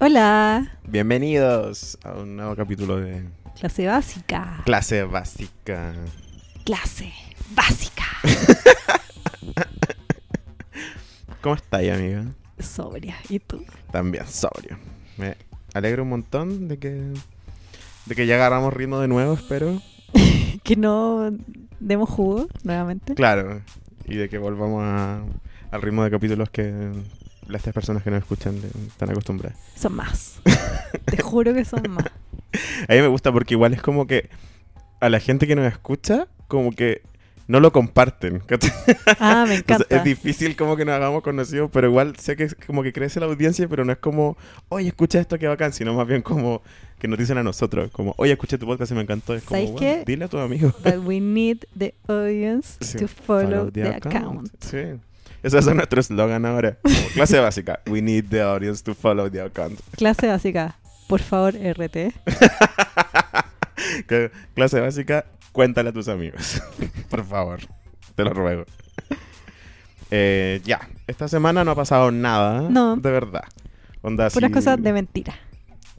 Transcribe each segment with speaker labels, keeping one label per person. Speaker 1: Hola,
Speaker 2: Bienvenidos a un nuevo capítulo de
Speaker 1: clase básica.
Speaker 2: Clase Básica.
Speaker 1: Clase básica.
Speaker 2: ¿Cómo estáis, amiga?
Speaker 1: Sobria. ¿Y tú?
Speaker 2: También sobrio. Me alegro un montón de que de que ya agarramos ritmo de nuevo, espero.
Speaker 1: Que no demos jugo nuevamente.
Speaker 2: Claro, y de que volvamos a- al ritmo de capítulos que las tres personas que nos escuchan eh, están acostumbradas.
Speaker 1: Son más. Te juro que son más.
Speaker 2: A mí me gusta porque igual es como que a la gente que nos escucha, como que no lo comparten. ¿cachai?
Speaker 1: Ah, me
Speaker 2: Entonces,
Speaker 1: encanta.
Speaker 2: es difícil como que nos hagamos conocidos, pero igual sé que es como que crece la audiencia, pero no es como, oye, escucha esto, qué bacán, sino más bien como que nos dicen a nosotros, como, oye, escuché tu podcast y me encantó. Es como,
Speaker 1: ¿Sabes
Speaker 2: "Bueno,
Speaker 1: qué?
Speaker 2: dile a tus amigos.
Speaker 1: But we need the audience
Speaker 2: Sí,
Speaker 1: to follow, the, account.
Speaker 2: Sí. Ese es nuestro eslogan ahora. como clase básica. We need the audience to follow the account.
Speaker 1: Clase básica. Por favor, RT.
Speaker 2: Que- clase básica, cuéntale a tus amigos. Por favor. Te lo ruego. Eh, ya. Esta semana no ha pasado nada.
Speaker 1: No.
Speaker 2: De verdad. Onda,
Speaker 1: Puras
Speaker 2: sí-
Speaker 1: cosas de mentira.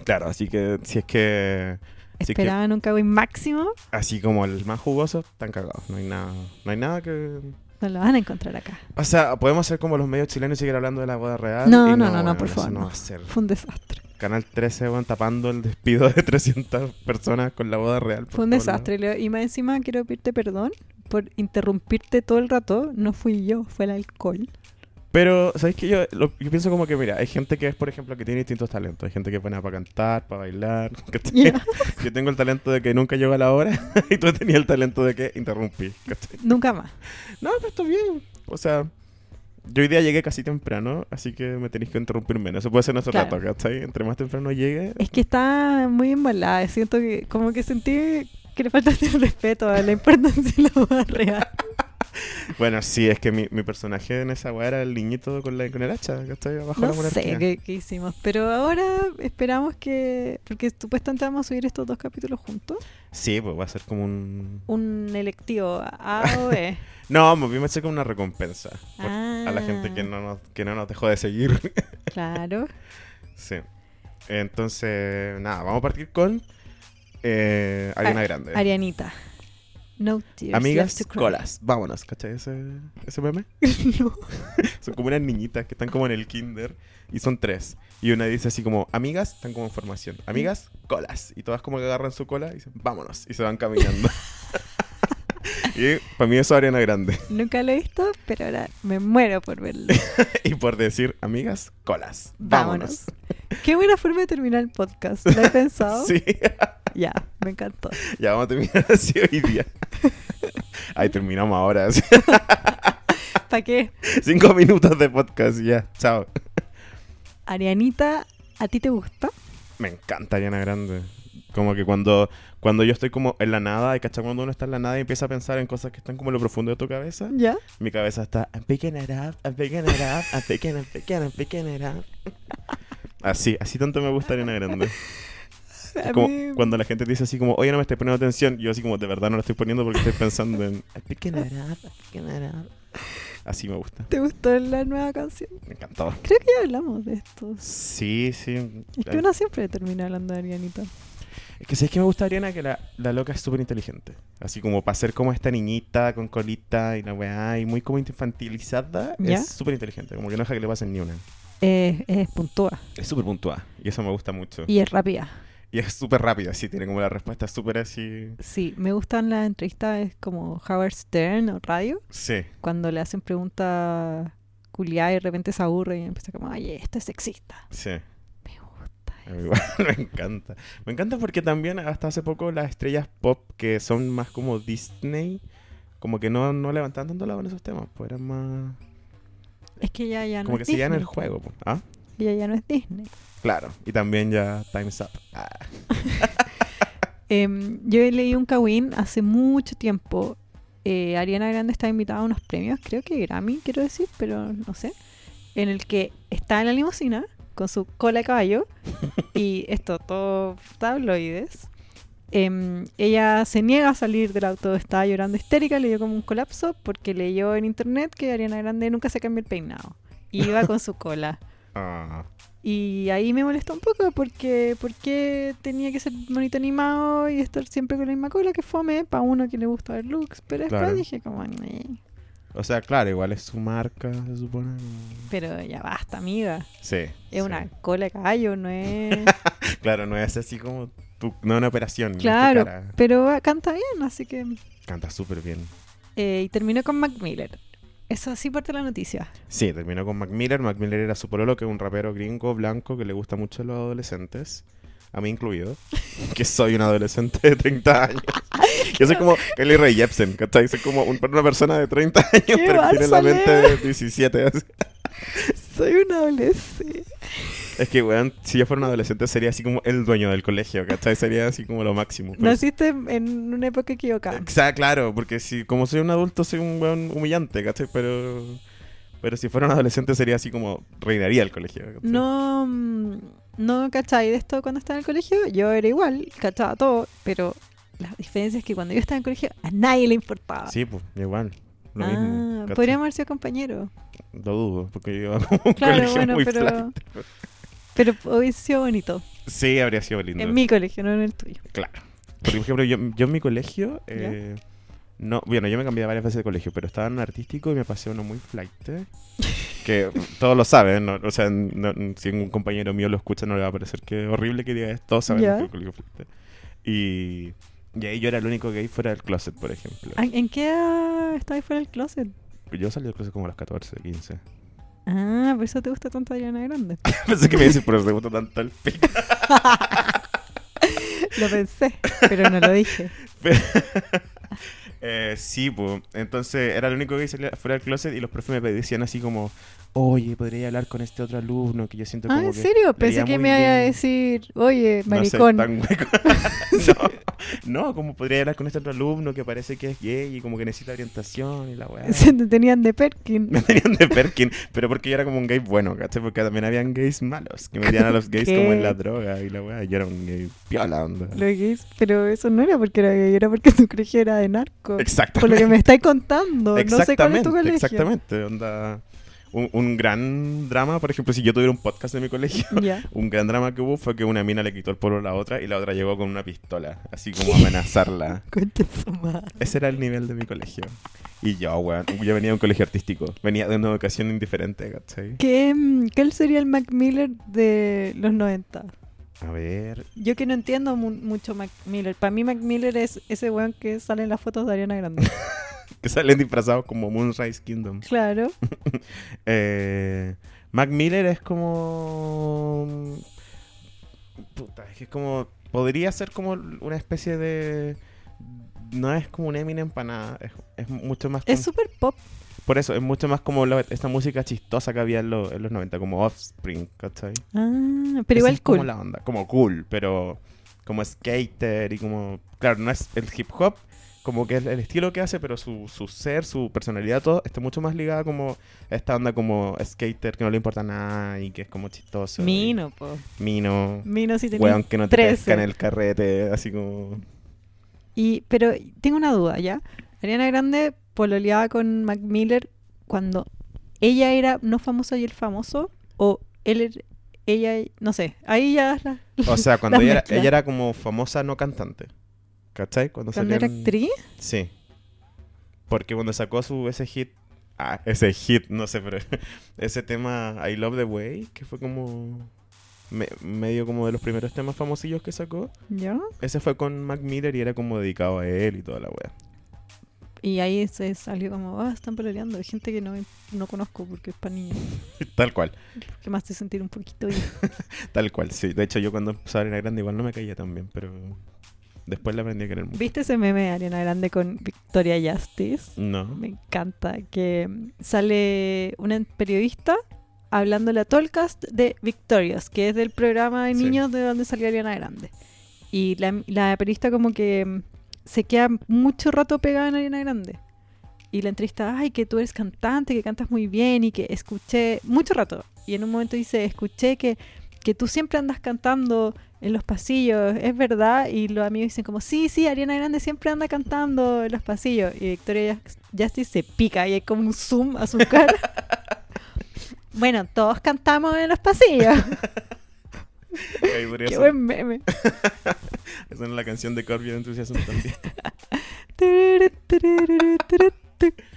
Speaker 2: Claro, así que si es que. si es que-
Speaker 1: Esperaban un cagüín máximo.
Speaker 2: así como el más jugoso, están cagados. No hay nada. No hay nada que.
Speaker 1: No lo van a encontrar acá.
Speaker 2: O sea, podemos ser como los medios chilenos y seguir hablando de la boda real.
Speaker 1: No,
Speaker 2: y
Speaker 1: no, no, no,
Speaker 2: weón,
Speaker 1: por
Speaker 2: eso
Speaker 1: favor,
Speaker 2: No
Speaker 1: no.
Speaker 2: va a ser.
Speaker 1: Fue un desastre.
Speaker 2: Canal 13, van tapando el despido de 300 personas con la boda real. por
Speaker 1: Fue un
Speaker 2: todos
Speaker 1: desastre, Leo. Y más encima quiero pedirte perdón por interrumpirte todo el rato. No fui yo, fue el alcohol.
Speaker 2: Pero, ¿sabéis que yo, lo- yo pienso como que, mira, hay gente que es, por ejemplo, que tiene distintos talentos. Hay gente que es buena para cantar, para bailar. ¿cachai?
Speaker 1: Ya.
Speaker 2: Yo tengo el talento de que nunca llego a la hora y tú tenías el talento de que interrumpí. ¿cachai?
Speaker 1: Nunca más.
Speaker 2: No, pero está bien. O sea, yo hoy día llegué casi temprano, así que me tenéis que interrumpir menos. Eso puede ser nuestro
Speaker 1: Claro.
Speaker 2: trato, ¿cachai? Entre más temprano llegue,
Speaker 1: Es que está muy embalada. Siento que, como que sentí que le faltaste el respeto a la importancia de la boda real.
Speaker 2: Bueno, sí, es que mi, mi personaje en esa weá era el niñito con, la, con el hacha, que estoy abajo de
Speaker 1: No
Speaker 2: la monarquía.
Speaker 1: sé qué, qué hicimos, pero ahora esperamos que. Porque supuestamente vamos a subir estos dos capítulos juntos.
Speaker 2: Sí, pues va a ser como un...
Speaker 1: Un electivo A o E. B.
Speaker 2: No, más bien va a ser como una recompensa por-
Speaker 1: Ah,
Speaker 2: a la gente que no, nos, que no nos dejó de seguir.
Speaker 1: Claro.
Speaker 2: sí. Entonces, nada, vamos a partir con eh, Ariana
Speaker 1: Ari-
Speaker 2: Grande.
Speaker 1: Arianita. No tears.
Speaker 2: Amigas
Speaker 1: left to cry.
Speaker 2: colas, vámonos, ¿cachai ese, ese meme?
Speaker 1: No.
Speaker 2: Son como unas niñitas que están como en el kinder y son tres. Y una dice así como, amigas, están como en formación. Amigas, colas. Y todas como que agarran su cola y dicen, vámonos. Y se van caminando. y para mí eso es Ariana Grande.
Speaker 1: Nunca lo he visto, pero ahora me muero por verlo.
Speaker 2: y por decir, amigas, colas. Vámonos.
Speaker 1: Vámonos. Qué buena forma de terminar el podcast. ¿Lo he pensado?
Speaker 2: Sí,
Speaker 1: Ya, me encantó.
Speaker 2: ya vamos a terminar así hoy día. Ahí terminamos ahora. así.
Speaker 1: ¿Para qué?
Speaker 2: Cinco minutos de podcast y ya. Chao.
Speaker 1: Arianita, ¿a ti te gusta?
Speaker 2: Me encanta Ariana Grande. Como que cuando, cuando yo estoy como en la nada, y cachá cuando uno está en la nada y empieza a pensar en cosas que están como en lo profundo de tu cabeza,
Speaker 1: ¿Ya?
Speaker 2: mi cabeza está, I'm picking it up, I'm picking it up, I'm picking, I'm picking, I'm picking it up. Así, así tanto me gusta Ariana Grande. Es
Speaker 1: A
Speaker 2: como
Speaker 1: mí-
Speaker 2: cuando la gente dice así como, oye, no me estés poniendo atención, yo así como, de verdad no la estoy poniendo porque estoy pensando en, I'm picking it up, I'm picking it up. Así me gusta,
Speaker 1: ¿Te gustó la nueva canción?
Speaker 2: me encantó.
Speaker 1: Creo que ya hablamos de esto.
Speaker 2: Sí, sí.
Speaker 1: Es que
Speaker 2: Ay,
Speaker 1: uno siempre termina hablando de Arianita.
Speaker 2: Es que sabes que me gusta Ariana que la, la loca es súper inteligente. Así como para ser como esta niñita con colita y la weá y muy como infantilizada,
Speaker 1: ¿Ya?
Speaker 2: es súper inteligente. Como que no deja que le pasen ni una.
Speaker 1: Eh, es puntúa
Speaker 2: Es súper puntual y eso me gusta mucho. Y,
Speaker 1: y es rápida.
Speaker 2: es súper rápida, así tiene como la respuesta súper así.
Speaker 1: Sí, me gustan las entrevistas como Howard Stern o Radio,
Speaker 2: Sí,
Speaker 1: cuando le hacen preguntas culiadas y de repente se aburre y empieza como, oye, esto es sexista.
Speaker 2: sí.
Speaker 1: Me gusta.
Speaker 2: A mí igual me encanta. Me encanta porque también hasta hace poco las estrellas pop que son más como Disney, como que no, no levantaban tanto la voz en esos temas, pues eran más.
Speaker 1: Es que ya, ya no
Speaker 2: Como que
Speaker 1: es
Speaker 2: se en
Speaker 1: Disney.
Speaker 2: el juego, pues. ¿Ah?
Speaker 1: Ella ya no es Disney.
Speaker 2: Claro, y también ya Time's Up. Ah.
Speaker 1: Em, yo leí un Kawin hace mucho tiempo. Eh, Ariana Grande está invitada a unos premios, creo que Grammy, quiero decir, pero no sé. En el que está en la limusina con su cola de caballo y esto, todo tabloides. Em, ella se niega a salir del auto, estaba llorando histérica, le dio como un colapso porque leyó en internet que Ariana Grande nunca se cambió el peinado. Y Iba con su cola.
Speaker 2: Ah,
Speaker 1: Y ahí me molestó un poco porque, porque tenía que ser bonito animado y estar siempre con la misma cola que fome para uno que le gusta ver looks. Pero después
Speaker 2: Claro.
Speaker 1: dije como, "Nee".
Speaker 2: o sea, claro, igual es su marca, se supone.
Speaker 1: pero ya basta, amiga.
Speaker 2: Sí.
Speaker 1: Es una cola de caballo, no es...
Speaker 2: Claro, no es así como tu, no es una operación. en tu
Speaker 1: claro,
Speaker 2: cara.
Speaker 1: pero ah, canta bien, así que...
Speaker 2: Canta súper bien.
Speaker 1: eh, y terminó con Mac Miller. Eso así parte la noticia.
Speaker 2: Sí, terminó con Mac Miller. Mac Miller era su pololo, que es un rapero gringo blanco que le gusta mucho a los adolescentes. A mí incluido. que soy un adolescente de 30 años. Yo soy como Kelly Ray Jepsen, ¿cachai? Soy como un- una persona de 30 años, pero que tiene la
Speaker 1: bárbaro.
Speaker 2: mente de 17. así.
Speaker 1: Soy una adolescente.
Speaker 2: Es que, weón, si yo fuera un adolescente sería así como el dueño del colegio, ¿cachai? Sería así como lo máximo. Pero-
Speaker 1: Naciste en una época equivocada.
Speaker 2: Exacto, claro, porque si como soy un adulto soy un weón humillante, ¿cachai? Pero, pero si fuera un adolescente sería así como reinaría el colegio. ¿cachai?
Speaker 1: No, mm, no cachai de esto cuando estaba en el colegio. Yo era igual, cachaba todo, pero la diferencia es que cuando yo estaba en el colegio a nadie le importaba.
Speaker 2: Sí, pues, igual. Lo
Speaker 1: Ah,
Speaker 2: mismo. ¿cachai?
Speaker 1: podríamos haber sido compañeros.
Speaker 2: Lo dudo, porque yo iba como a un
Speaker 1: Claro,
Speaker 2: colegio
Speaker 1: bueno,
Speaker 2: muy
Speaker 1: pero,
Speaker 2: flight.
Speaker 1: pero hubiese sido bonito.
Speaker 2: Sí, habría sido lindo.
Speaker 1: En mi colegio, no en el tuyo.
Speaker 2: Claro. Por ejemplo, yo, yo en mi colegio... eh, no, bueno, yo me cambié varias veces de colegio, pero estaba en artístico y me pasé uno muy flight. eh, Que todos lo saben, ¿no? o sea, no- si un compañero mío lo escucha no le va a parecer que horrible que diga esto, todos saben
Speaker 1: Ya.
Speaker 2: que el colegio es flight. eh. Y, y ahí yo era el único gay fuera del closet, por ejemplo.
Speaker 1: ¿A- ¿En qué edad estabas fuera del closet?
Speaker 2: Yo salí del closet como a los 14, 15.
Speaker 1: Ah, por eso te gusta tanto Ariana Grande.
Speaker 2: Pensé que me dices, por eso te gusta tanto el pico.
Speaker 1: lo pensé, pero no lo dije.
Speaker 2: Eh, sí, pues. Entonces era lo único que salía fuera del closet y los profes me pedían así como, oye, podría hablar con este otro alumno que yo siento
Speaker 1: Ah,
Speaker 2: como
Speaker 1: ¿en
Speaker 2: que
Speaker 1: serio?
Speaker 2: le
Speaker 1: Pensé
Speaker 2: iba
Speaker 1: que
Speaker 2: muy
Speaker 1: me iba a
Speaker 2: bien".
Speaker 1: decir, oye,
Speaker 2: No sé,
Speaker 1: maricón.
Speaker 2: tan hueco. no, no, como podría hablar con este otro alumno que parece que es gay y como que necesita orientación y la weá.
Speaker 1: Se te tenían de Perkin.
Speaker 2: Me tenían de Perkin, pero porque yo era como un gay bueno, ¿cachai? Porque también habían gays malos, que metían a los gays como en la
Speaker 1: ¿Qué?
Speaker 2: droga y la weá. Yo era un gay piola, onda.
Speaker 1: Lo gays, pero eso no era porque era gay, era porque tu colegio era de narco.
Speaker 2: Exactamente.
Speaker 1: Por lo que me estáis contando, no sé cuál es tu colegio.
Speaker 2: Exactamente, onda. Un, un gran drama, por ejemplo, si yo tuviera un podcast de mi colegio,
Speaker 1: Ya.
Speaker 2: un gran drama que hubo fue que una mina le quitó el polvo a la otra y la otra llegó con una pistola, así como a amenazarla.
Speaker 1: Concha su madre.
Speaker 2: Ese era el nivel de mi colegio. Y yo, weón, yo venía de un colegio artístico, venía de una educación indiferente, ¿cachai?
Speaker 1: ¿Qué, mm, ¿Qué sería el Mac Miller de los 90?
Speaker 2: A ver,
Speaker 1: Yo que no entiendo mu- mucho Mac Miller. Para mí Mac Miller es ese weón que sale en las fotos de Ariana Grande.
Speaker 2: que salen disfrazados como Moonrise Kingdom.
Speaker 1: claro.
Speaker 2: Eh, Mac Miller es como. Puta, es que es como. Podría ser como una especie de. No es como un Eminem para nada. Es, es mucho más.
Speaker 1: Es
Speaker 2: como-
Speaker 1: súper pop.
Speaker 2: Por eso, es mucho más como la- esta música chistosa que había en, lo- en los 90, como Offspring, ¿cachai?
Speaker 1: Ah,
Speaker 2: Esa
Speaker 1: pero
Speaker 2: es
Speaker 1: igual cool.
Speaker 2: Como la onda, como cool, pero como skater y como. Claro, no es el hip hop, como que es el estilo que hace, pero su, su ser, su personalidad, todo está mucho más ligada como a esta onda como skater que no le importa nada y que es como chistoso. y
Speaker 1: Mino, po.
Speaker 2: Mino.
Speaker 1: Mino sí tenía.
Speaker 2: Weón que no te
Speaker 1: 13.
Speaker 2: pesca en el carrete, así como.
Speaker 1: Y, pero tengo una duda, ¿ya? Ariana Grande pololeaba con Mac Miller cuando ella era no famosa y él famoso, o él, er- ella, no sé, ahí ya es la-
Speaker 2: O sea, cuando
Speaker 1: La
Speaker 2: ella era,
Speaker 1: mezcla.
Speaker 2: ella era como famosa no cantante. ¿Cachai? Cuando,
Speaker 1: cuando era
Speaker 2: salían-
Speaker 1: actriz.
Speaker 2: Sí. Porque cuando sacó su ese hit. Ah, ese hit, no sé, pero. Ese tema I Love the Way, que fue como. me- medio como de los primeros temas famosillos que sacó.
Speaker 1: ¿Ya?
Speaker 2: Ese fue con Mac Miller y era como dedicado a él y toda la wea.
Speaker 1: Y ahí se salió como, ah, están pololeando, hay gente que no, no conozco porque es para niños,
Speaker 2: Tal cual,
Speaker 1: que me hace sentir un poquito vieja.
Speaker 2: tal cual, sí. De hecho, yo cuando empezaba Arena Grande igual no me caía tan bien, pero. Después la aprendí a querer mucho.
Speaker 1: ¿Viste ese meme de Ariana Grande con Victoria Justice?
Speaker 2: No.
Speaker 1: Me encanta que sale una periodista hablándole a todo el cast de Victorious, que es del programa de
Speaker 2: Sí.
Speaker 1: niños de donde salió Ariana Grande. Y la, la periodista como que mm, se queda mucho rato pegada en Ariana Grande. Y la entrevista, ay, que tú eres cantante, que cantas muy bien y que escuché mucho rato. Y en un momento dice, escuché que, que tú siempre andas cantando en los pasillos, ¿es verdad? Y los amigos dicen como, sí, sí, Ariana Grande siempre anda cantando en los pasillos. Y Victoria Justice se pica y hay como un zoom a su cara. Bueno, todos cantamos en los pasillos.
Speaker 2: Ahí podría
Speaker 1: Qué
Speaker 2: ser.
Speaker 1: buen meme.
Speaker 2: Esa es la canción de Corby de Enthusiasm también.
Speaker 1: Tururú, tururú, tururú.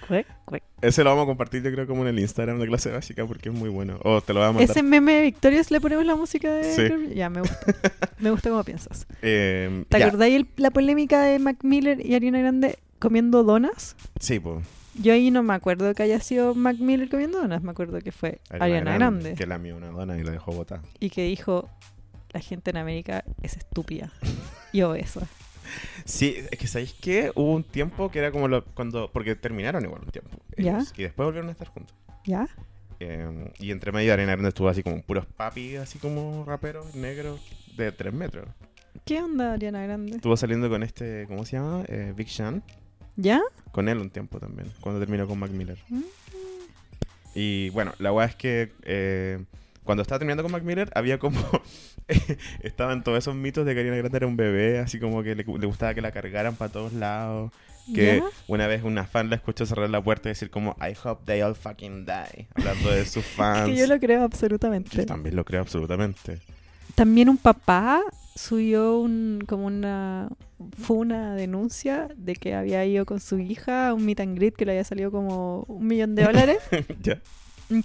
Speaker 1: Cuec, cuec.
Speaker 2: Ese lo vamos a compartir, yo creo, como en el Instagram de clase básica porque es muy bueno. O te lo voy a mandar.
Speaker 1: Ese meme de Victorious le ponemos la música de...
Speaker 2: Sí.
Speaker 1: Kirby? Ya, me gusta. Me gusta cómo piensas.
Speaker 2: Eh,
Speaker 1: ¿Te
Speaker 2: ya.
Speaker 1: acordáis el- la polémica de Mac Miller y Ariana Grande comiendo donas?
Speaker 2: Sí, pues.
Speaker 1: Yo ahí no me acuerdo que haya sido Mac Miller comiendo donas, me acuerdo que fue Ariana, Grande.
Speaker 2: Que lamió una dona y la dejó botada.
Speaker 1: Y que dijo, la gente en América es estúpida y obesa.
Speaker 2: Sí, es que ¿sabéis qué? Hubo un tiempo que era como lo, cuando... Porque terminaron igual un tiempo. ellos, Y después volvieron a estar juntos.
Speaker 1: ¿Ya?
Speaker 2: Eh, y entre medio Ariana Grande estuvo así como puros papi, así como raperos negros de 3 metros.
Speaker 1: ¿Qué onda Ariana Grande?
Speaker 2: Estuvo saliendo con este, ¿cómo se llama? Eh, Big Sean.
Speaker 1: ¿Ya?
Speaker 2: Con él un tiempo también, cuando terminó con Mac Miller.
Speaker 1: Mm.
Speaker 2: Y bueno, la weá es que eh, cuando estaba terminando con Mac Miller, había como. estaban todos esos mitos de que Ariana Grande era un bebé, así como que le, le gustaba que la cargaran para todos lados. Que
Speaker 1: ¿Ya?
Speaker 2: una vez una fan la escuchó cerrar la puerta y decir, como, I hope they all fucking die. Hablando de sus fans.
Speaker 1: Que yo lo creo absolutamente.
Speaker 2: Yo también lo creo absolutamente.
Speaker 1: También un papá subió un, como una... Fue una denuncia de que había ido con su hija a un meet and greet que le había salido como un millón de dólares.
Speaker 2: ya.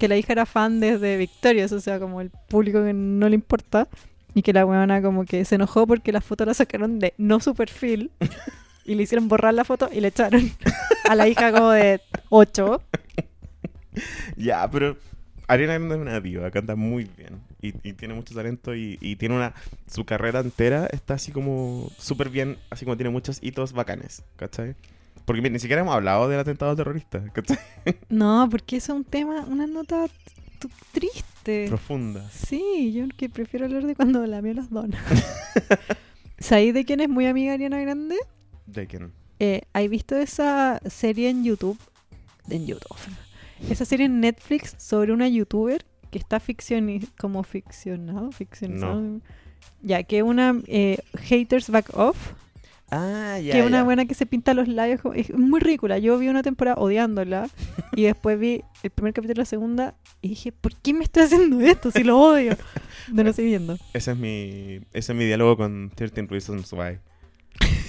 Speaker 1: que la hija era fan desde Victorious, o sea, como el público que no le importa. Y que la weona como que se enojó porque la foto la sacaron de no su perfil. Y le hicieron borrar la foto y le echaron a la hija como de 8.
Speaker 2: Ya, pero Ariana Grande es una diva, canta muy bien. Y, y tiene mucho talento y, y tiene una... Su carrera entera está así como súper bien, así como tiene muchos hitos bacanes, ¿cachai? Porque mira, ni siquiera hemos hablado del atentado terrorista, ¿cachai?
Speaker 1: No, porque eso es un tema, una nota tu- triste.
Speaker 2: Profunda.
Speaker 1: Sí, yo que prefiero hablar de cuando lamió las donas. ¿Sabéis de quién es muy amiga Ariana Grande?
Speaker 2: ¿De quién?
Speaker 1: Eh, ¿Has visto esa serie en YouTube? En YouTube. Esa serie en Netflix sobre una youtuber que está ficcioni como ficcionado, ficcionado. Ya, que una eh, haters back off,
Speaker 2: Ah, ya,
Speaker 1: que es una
Speaker 2: ya.
Speaker 1: buena que se pinta los labios, como- es muy ridícula. Yo vi una temporada odiándola y después vi el primer capítulo de la segunda y dije, ¿por qué me estoy haciendo esto si lo odio? No lo estoy viendo.
Speaker 2: Ese es mi... Ese es mi diálogo con 13 Reasons Why.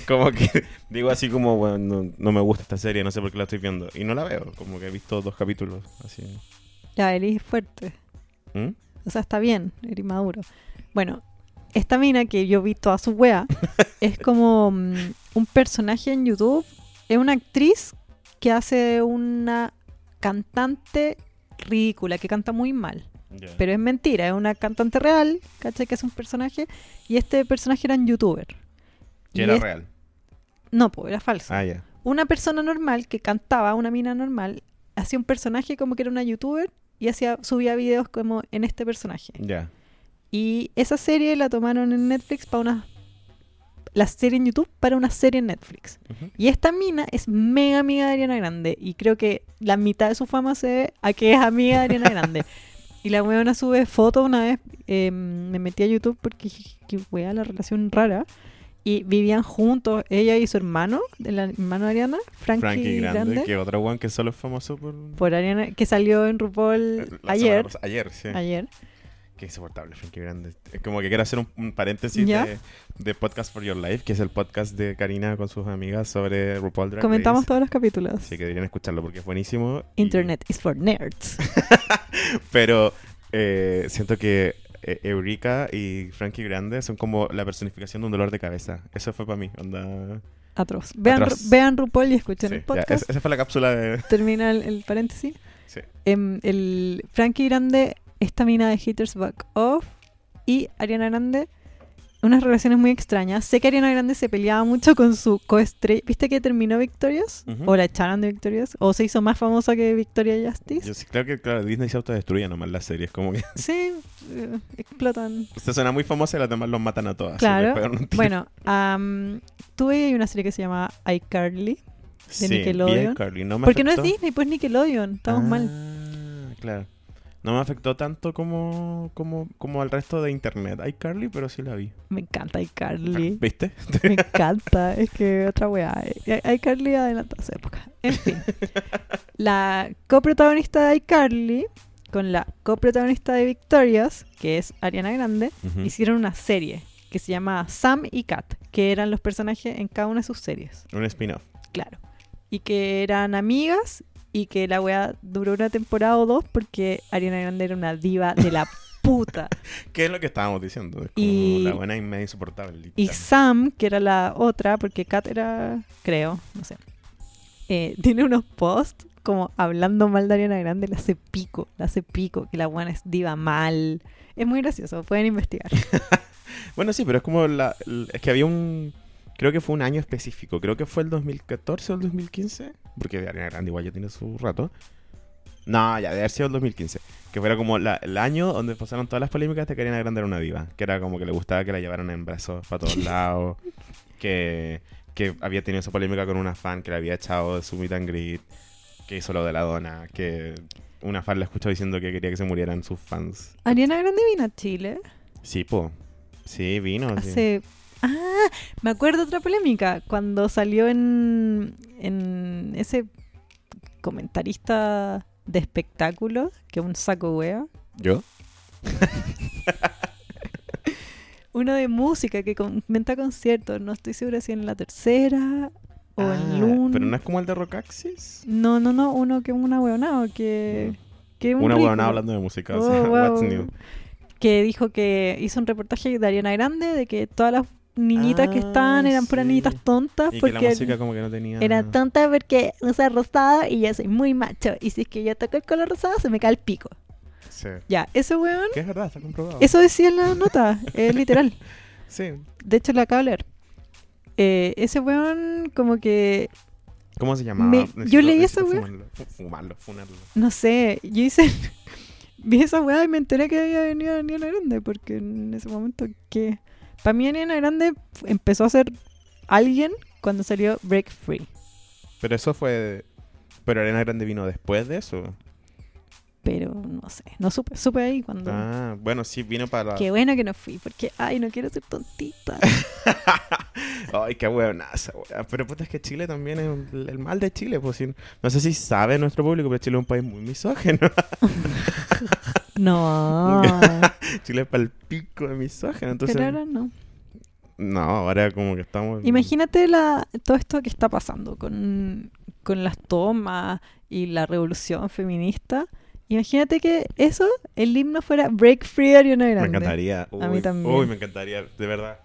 Speaker 2: Como que digo así como, bueno, no, no me gusta esta serie, no sé por qué la estoy viendo. Y no la veo, como que he visto dos capítulos, así.
Speaker 1: Ya, Eli es fuerte.
Speaker 2: ¿Mm?
Speaker 1: O sea, está bien, Eri Maduro. Bueno, esta mina que yo vi toda su wea es como mm, un personaje en YouTube. Es una actriz que hace una cantante ridícula, que canta muy mal.
Speaker 2: Ya.
Speaker 1: Pero es mentira, es una cantante real, ¿cachai? Que es un personaje. Y este personaje era un youtuber.
Speaker 2: Y
Speaker 1: Y
Speaker 2: era
Speaker 1: es-
Speaker 2: real.
Speaker 1: No, pues era falso.
Speaker 2: Ah, ya.
Speaker 1: Una persona normal que cantaba, una mina normal, hacía un personaje como que era una youtuber y hacía, subía videos como en este personaje.
Speaker 2: Ya.
Speaker 1: Y esa serie la tomaron en Netflix para una... La serie en YouTube para una serie en Netflix.
Speaker 2: Ujú.
Speaker 1: Y esta mina es mega amiga de Ariana Grande. Y creo que la mitad de su fama se debe a que es amiga de Ariana Grande. y la weona sube fotos una vez. eh, me metí a YouTube porque dije, qué wea la relación rara. Y vivían juntos, ella y su hermano, el hermano de Ariana, Frankie,
Speaker 2: Frankie Grande,
Speaker 1: Grande,
Speaker 2: que otro one que solo es famoso por...
Speaker 1: por Ariana, que salió en
Speaker 2: Eh,
Speaker 1: RuPaul
Speaker 2: la semana
Speaker 1: ayer.
Speaker 2: pasada- Ayer, sí.
Speaker 1: Ayer.
Speaker 2: Qué insoportable, Frankie Grande. Es como que quiero hacer un, un paréntesis
Speaker 1: Ya.
Speaker 2: de, de Podcast for Your Life, que es el podcast de Karina con sus amigas sobre RuPaul Drag
Speaker 1: Comentamos
Speaker 2: Race.
Speaker 1: todos los capítulos.
Speaker 2: Así que deberían escucharlo porque es buenísimo. y-
Speaker 1: Internet is for nerds.
Speaker 2: pero eh, siento que eh, Eureka y Frankie Grande son como la personificación de un dolor de cabeza. Eso fue para mí. Onda...
Speaker 1: Atroz. Vean, Ru-
Speaker 2: Atroz.
Speaker 1: vean RuPaul y escuchen
Speaker 2: Sí,
Speaker 1: el
Speaker 2: ya,
Speaker 1: podcast.
Speaker 2: es- esa fue la cápsula de...
Speaker 1: Termina el, el paréntesis.
Speaker 2: Sí.
Speaker 1: Em, el Frankie Grande, esta mina de Haters Back Off y Ariana Grande, unas relaciones muy extrañas. Sé que Ariana Grande se peleaba mucho con su coestrella. ¿Viste que terminó Victorious?
Speaker 2: Ujú.
Speaker 1: O la echaron de Victorious. O se hizo más famosa que Victoria Justice.
Speaker 2: Yo sí, claro que claro, Disney se autodestruye nomás las series. Como que
Speaker 1: Sí, eh, explotan.
Speaker 2: Esta suena muy famosa y las demás los matan a todas.
Speaker 1: Claro.
Speaker 2: les pegan un tiro.
Speaker 1: Bueno, am, tuve una serie que se llama iCarly.
Speaker 2: sí,
Speaker 1: Nickelodeon.
Speaker 2: bien, Carly, no me
Speaker 1: Porque no es
Speaker 2: afectó.
Speaker 1: Disney, pues Nickelodeon. Estamos
Speaker 2: Ah,
Speaker 1: mal.
Speaker 2: Claro. No me afectó tanto como, como, como al resto de internet. Hay Carly, pero sí la vi.
Speaker 1: Me encanta iCarly.
Speaker 2: ¿Viste?
Speaker 1: Me encanta. Es que otra weá. eh, iCarly adelantó su época. En fin. La coprotagonista de iCarly con la coprotagonista de Victorious, que es Ariana Grande,
Speaker 2: Ujú.
Speaker 1: hicieron una serie que se llama Sam y Kat, que eran los personajes en cada una de sus series,
Speaker 2: Un spin-off.
Speaker 1: claro. Y que eran amigas y que la wea duró una temporada o dos porque Ariana Grande era una diva de la puta.
Speaker 2: ¿Qué es lo que estábamos diciendo? Es como
Speaker 1: Y-
Speaker 2: la buena y media insoportable.
Speaker 1: Y
Speaker 2: literal.
Speaker 1: Sam, que era la otra, porque Kat era, creo, no sé, eh, tiene unos posts como hablando mal de Ariana Grande, la hace pico, la hace pico, que la buena es diva mal. Es muy gracioso, pueden investigar.
Speaker 2: Bueno, sí, pero es como la... l- Es que había un... Creo que fue un año específico. Creo que fue el 2014 o el 2015. Porque Ariana Grande igual ya tiene su rato. No, ya debe haber sido el 2015. Que fuera como la- el año donde pasaron todas las polémicas de que Ariana Grande era una diva. Que era como que le gustaba que la llevaran en brazos para todos lados. que, que había tenido esa polémica con una fan que la había echado de su meet and greet. Que hizo lo de la dona. Que una fan la escuchó diciendo que quería que se murieran sus fans.
Speaker 1: Ariana Grande vino a Chile
Speaker 2: Sí, po. Sí, vino. sí.
Speaker 1: hace... Ah, me acuerdo otra polémica, cuando salió en, en ese comentarista de espectáculos, que es un saco wea,
Speaker 2: ¿Yo?
Speaker 1: Uno de música que comenta conciertos. No estoy segura si en la tercera o
Speaker 2: Ah,
Speaker 1: en Luna.
Speaker 2: Pero no es como el de Rockaxis.
Speaker 1: no, no, no, Uno que una hueonado que. que un
Speaker 2: Una
Speaker 1: ridículo,
Speaker 2: huevonada hablando de música. o
Speaker 1: Oh,
Speaker 2: sea, what's
Speaker 1: wow.
Speaker 2: new.
Speaker 1: Que dijo que hizo un reportaje de Ariana Grande de que todas las niñitas que
Speaker 2: Ah,
Speaker 1: estaban eran puras
Speaker 2: sí.
Speaker 1: niñitas tontas
Speaker 2: Y que
Speaker 1: Ah,
Speaker 2: la
Speaker 1: porque
Speaker 2: música como que no tenía.
Speaker 1: era tonta porque usa rosado y yo soy muy macho. Y si es que yo toco el color rosado se me cae el pico.
Speaker 2: Sí.
Speaker 1: Ya, ese hueón,
Speaker 2: Que es verdad, está comprobado.
Speaker 1: eso decía en la nota, es literal.
Speaker 2: Sí.
Speaker 1: De hecho, la acabo de leer. Eh, ese weón, como que,
Speaker 2: ¿Cómo se llamaba?
Speaker 1: Me- yo leí
Speaker 2: necesito
Speaker 1: esa wea.
Speaker 2: Fumarlo, fu- fumarlo, funarlo.
Speaker 1: no sé, yo hice. vi esa weá y me enteré que había venido Ariana Grande, porque en ese momento, que Para mí, Ariana Grande f- empezó a ser alguien cuando salió Break Free.
Speaker 2: Pero eso fue. Pero Arena Grande vino después de eso.
Speaker 1: Pero no sé, no supe, supe ahí cuando.
Speaker 2: Ah, bueno, sí, vino para.
Speaker 1: Qué bueno que no fui, porque, ay, no quiero ser tontita.
Speaker 2: Ay, qué huevonaza, wea. Pero puta, es que Chile también es el, el mal de Chile. Pues, si- no sé si sabe nuestro público, pero Chile es un país muy misógeno.
Speaker 1: No.
Speaker 2: Chile es para el pico de misógeno. Entonces,
Speaker 1: Pero ahora no.
Speaker 2: No, ahora como que estamos.
Speaker 1: Imagínate la, todo esto que está pasando con, con las tomas y la revolución feminista. Imagínate que eso, el himno fuera Break Free Ariana Grande.
Speaker 2: Me encantaría. Uy,
Speaker 1: A mí también.
Speaker 2: Uy, me encantaría, de verdad.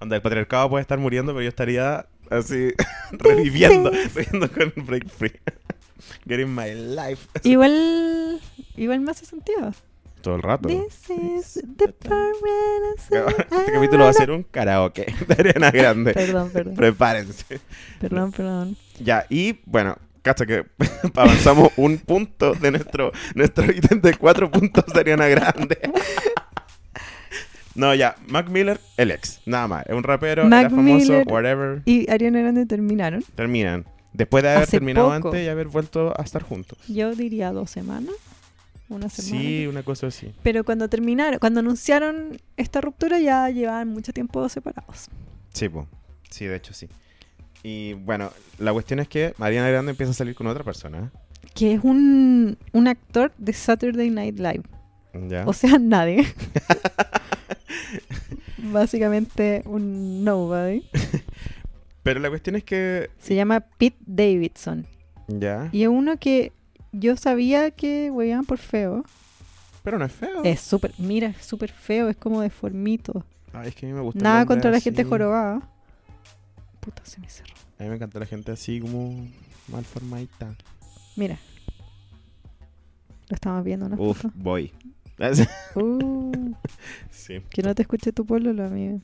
Speaker 2: Onda, el patriarcado puede estar muriendo, pero yo estaría así reviviendo, reviviendo con Break Free. Getting my life.
Speaker 1: Igual, igual me hace sentido.
Speaker 2: Todo el rato.
Speaker 1: This is the permanence
Speaker 2: Este capítulo va a ser un karaoke de arena grande.
Speaker 1: Perdón, perdón,
Speaker 2: Prepárense.
Speaker 1: perdón, perdón.
Speaker 2: Ya, y bueno, cacha que avanzamos un punto de nuestro, nuestro ítem de cuatro puntos de Ariana Grande. No, ya, Mac Miller, el ex, nada más. Es un rapero,
Speaker 1: Mac
Speaker 2: era famoso,
Speaker 1: Miller.
Speaker 2: whatever.
Speaker 1: Y Ariana Grande terminaron,
Speaker 2: Terminan. Después de haber
Speaker 1: Hace
Speaker 2: terminado
Speaker 1: poco.
Speaker 2: antes y haber vuelto a estar juntos.
Speaker 1: yo diría dos semanas, una semana.
Speaker 2: Sí, una cosa así.
Speaker 1: Pero cuando terminaron, cuando anunciaron esta ruptura ya llevaban mucho tiempo separados.
Speaker 2: Sí, po. sí, de hecho sí. Y bueno, la cuestión es que Mariana Grande empieza a salir con otra persona.
Speaker 1: que es un, un actor de Saturday Night Live.
Speaker 2: ¿Ya?
Speaker 1: O sea, nadie. Básicamente un nobody.
Speaker 2: Pero la cuestión es que...
Speaker 1: Se llama Pete Davidson.
Speaker 2: Ya.
Speaker 1: Y es uno que yo sabía que huevían por feo.
Speaker 2: Pero no es feo.
Speaker 1: Es súper, mira, es súper feo, es como deformito.
Speaker 2: Ay, es que a mí me gusta. el
Speaker 1: Nada
Speaker 2: hombre
Speaker 1: contra la gente
Speaker 2: así.
Speaker 1: jorobada. Puta, se me cerró.
Speaker 2: A mí me encanta la gente así como mal formadita.
Speaker 1: Mira. Lo estamos viendo, ¿no?
Speaker 2: Uf, voy.
Speaker 1: Uh,
Speaker 2: sí.
Speaker 1: que no te escuche tu pueblo, lo amigo.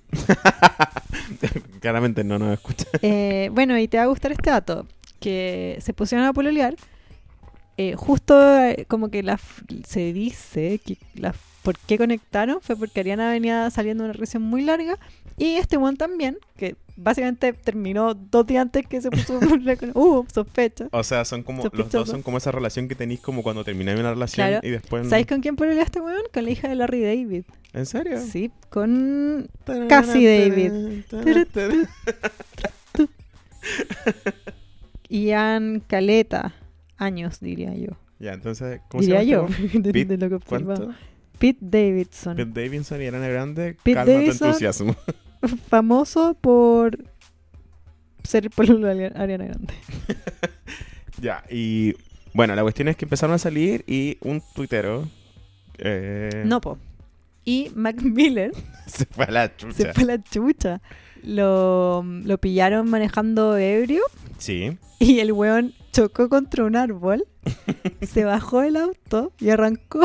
Speaker 2: Claramente no nos escucha.
Speaker 1: Eh, bueno, y te va a gustar este dato, que se pusieron a pololear. eh, justo eh, como que la, f- se dice que la, f- por qué conectaron fue porque Ariana venía saliendo de una relación muy larga y este one también, que básicamente terminó dos días antes que se puso a pololear con- Uh, sospecha.
Speaker 2: O sea, son como. Los dos
Speaker 1: Sospechoso.
Speaker 2: son como esa relación que tenéis como cuando termináis una relación
Speaker 1: Claro.
Speaker 2: y después. no.
Speaker 1: ¿Sabéis con quién pololea este weón? Con la hija de Larry David.
Speaker 2: ¿En serio?
Speaker 1: Sí, con... Casi David. Ian Caleta. Años, diría yo.
Speaker 2: Ya, entonces, ¿cómo
Speaker 1: Diría
Speaker 2: se llama
Speaker 1: yo,
Speaker 2: este
Speaker 1: de, de
Speaker 2: Pete-
Speaker 1: lo que
Speaker 2: weón? ¿Cuánto?
Speaker 1: observamos. Pete Davidson,
Speaker 2: Pete Davidson y Ariana Grande,
Speaker 1: Pete
Speaker 2: calma tu
Speaker 1: Davidson-
Speaker 2: entusiasmo.
Speaker 1: famoso por ser pololo de Ari- Ariana Grande.
Speaker 2: ya, y bueno, la cuestión es que empezaron a salir y un tuitero eh,
Speaker 1: No, po. Y Mac Miller
Speaker 2: se fue a la chucha.
Speaker 1: se fue a la chucha. Lo, lo pillaron manejando ebrio
Speaker 2: Sí,
Speaker 1: y el weón chocó contra un árbol, se bajó del auto y arrancó.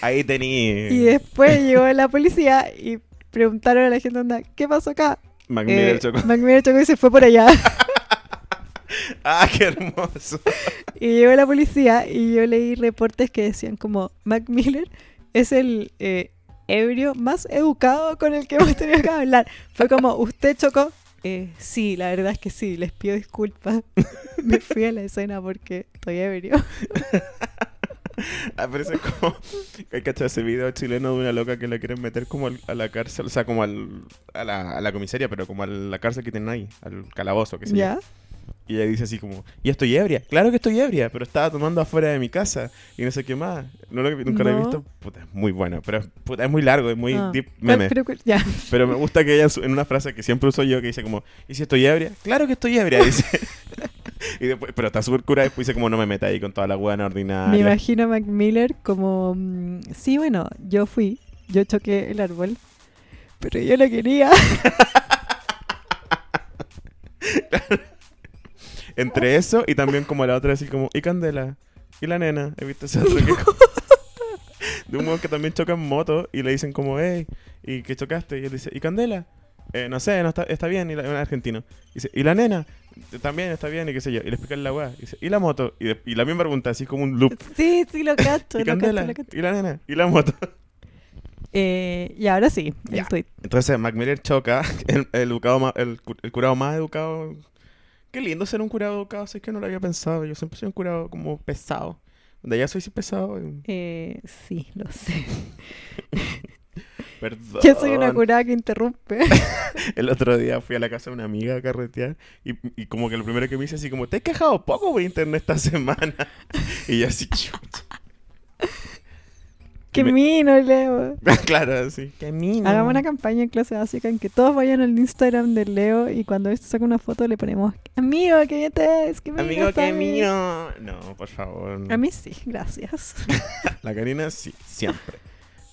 Speaker 2: ahí tenía
Speaker 1: Y después llegó la policía y preguntaron a la gente, onda, ¿qué pasó acá?
Speaker 2: Mac
Speaker 1: Eh,
Speaker 2: Miller chocó.
Speaker 1: Mac Miller chocó y se fue por allá.
Speaker 2: ¡Ah, qué hermoso!
Speaker 1: Y llegó la policía y yo leí reportes que decían como Mac Miller es el eh, ebrio más educado con el que hemos tenido que hablar. Fue como, ¿usted chocó? Eh, sí, la verdad es que sí, les pido disculpas. Me fui a la escena porque estoy ebrio.
Speaker 2: Aparece como. Hay que ese video chileno de una loca que la quieren meter como al- a la cárcel, o sea, como al, a, la, a la comisaría, pero como a la cárcel que tienen ahí, al calabozo, que se
Speaker 1: ¿Ya?
Speaker 2: Y ella dice así como, ¿y estoy ebria? Claro que estoy ebria, pero estaba tomando afuera de mi casa y no sé qué más. No lo, nunca lo he
Speaker 1: No.
Speaker 2: visto. Puta, es muy bueno, pero es- puta, es muy largo, es muy
Speaker 1: Ah.
Speaker 2: deep
Speaker 1: ¿Cuál
Speaker 2: meme.
Speaker 1: creo que- ya.
Speaker 2: Pero me gusta que ella en su- en una frase que siempre uso yo que dice como, ¿y si estoy ebria? Claro que estoy ebria, dice. y después, pero está súper cura, después dice como, no me meta ahí con toda la hueá
Speaker 1: Me
Speaker 2: ordinaria.
Speaker 1: imagino a Mac Miller como, mm, sí, bueno, yo fui, yo choqué el árbol, pero yo no quería.
Speaker 2: Entre eso y también como la otra así como, ¿y Candela? ¿Y la nena? He visto ese otro que... De un modo que también choca en moto y le dicen como, hey, ¿y qué chocaste? Y él dice, ¿y Candela? "Eh, no sé, no está, está bien, y la, un argentino. Y dice, ¿y la nena? También está bien, y qué sé yo. Y le explican la weá. Y dice, ¿y la moto? Y, de- y la misma pregunta, así como un loop.
Speaker 1: Sí, sí, lo cacho, lo cacho,
Speaker 2: ¿Y Candela?
Speaker 1: lo cacho.
Speaker 2: ¿Y la nena? ¿Y la moto?
Speaker 1: Eh, y ahora sí, el
Speaker 2: Ya.
Speaker 1: tuit.
Speaker 2: Entonces, Mac Miller choca, el, el educado ma- el, cu- el curado más educado. Qué lindo ser un curado educado, si es que no lo había pensado. Yo siempre soy un curado como pesado. De allá soy sí pesado. y-
Speaker 1: Eh, sí, lo sé.
Speaker 2: Perdón.
Speaker 1: Yo soy una curada que interrumpe.
Speaker 2: El otro día fui a la casa de una amiga a carretear y, y como que lo primero que me dice así como, te he quejado poco por internet esta semana. Y yo así, chucha.
Speaker 1: que
Speaker 2: me- Mm.
Speaker 1: mino, Leo.
Speaker 2: claro, así. Que mina.
Speaker 1: Hagamos una campaña en clase básica en que todos vayan al Instagram de Leo y cuando este saca una foto le ponemos Amigo, qué bien te es, qué mino
Speaker 2: Amigo,
Speaker 1: está
Speaker 2: que
Speaker 1: mi-".
Speaker 2: mío. No, por favor.
Speaker 1: eh. A mí sí, gracias.
Speaker 2: La Karina sí, siempre.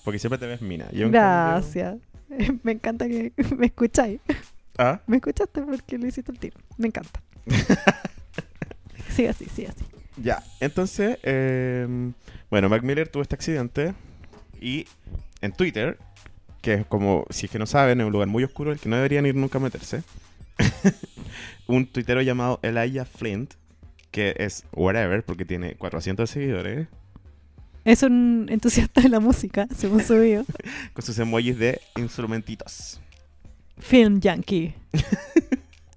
Speaker 2: Porque siempre te ves mina. Yo en cambio-
Speaker 1: gracias. Me encanta que me escucháis.
Speaker 2: Ah,
Speaker 1: Me escuchaste porque le hiciste el tiro. Me encanta. Sigue así, sigue así.
Speaker 2: ya. Entonces, eh, bueno, Mac Miller tuvo este accidente y en Twitter, que es como, si es que no saben, es un lugar muy oscuro al que no deberían ir nunca a meterse, un tuitero llamado Elijah Flint, que es whatever, porque tiene 400 seguidores,
Speaker 1: Es un entusiasta de la música, según su video.
Speaker 2: con sus emojis de instrumentitos.
Speaker 1: Film Yankee.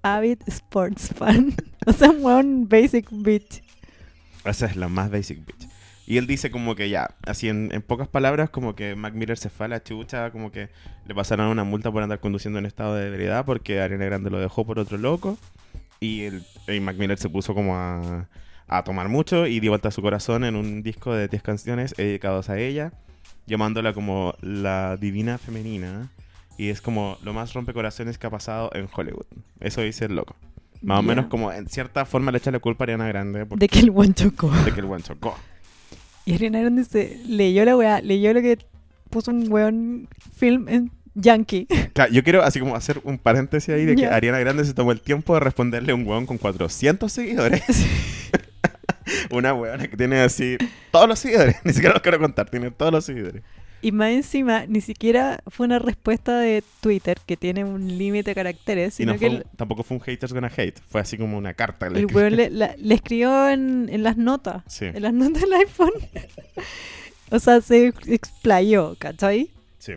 Speaker 1: Avid sports fan. O sea, un weón basic bitch.
Speaker 2: Esa es la más basic bitch. Y él dice como que ya, así en, en pocas palabras, como que Mac Miller se fue a la chucha, como que le pasaron una multa por andar conduciendo en estado de ebriedad porque Ariana Grande lo dejó por otro loco. Y, el, y Mac Miller se puso como a, a tomar mucho y dio vuelta a su corazón en un disco de 10 canciones dedicados a ella, llamándola como la divina femenina. Y es como lo más rompecorazones que ha pasado en Hollywood. Eso dice el loco. Más o
Speaker 1: Ya.
Speaker 2: menos como en cierta forma le echa la culpa a Ariana Grande por-
Speaker 1: De que el weón chocó.
Speaker 2: de que el buen chocó.
Speaker 1: Y Ariana Grande se leyó la weá, leyó lo que puso un weón film en Yankee.
Speaker 2: Claro, yo quiero así como hacer un paréntesis ahí de que
Speaker 1: Ya.
Speaker 2: Ariana Grande se tomó el tiempo de responderle a un weón con 400 seguidores. Una weona que tiene así todos los seguidores. Ni siquiera los quiero contar, tiene todos los seguidores.
Speaker 1: Y más encima, ni siquiera fue una respuesta de Twitter que tiene un límite de caracteres,
Speaker 2: y
Speaker 1: sino
Speaker 2: no
Speaker 1: que
Speaker 2: fue
Speaker 1: el,
Speaker 2: un- tampoco fue un haters gonna hate. Fue así como una carta. que le
Speaker 1: el
Speaker 2: escribió.
Speaker 1: weón le, la- le escribió en, en las notas.
Speaker 2: Sí.
Speaker 1: En las notas del iPhone. o sea, se explayó, ¿cachai?
Speaker 2: Sí.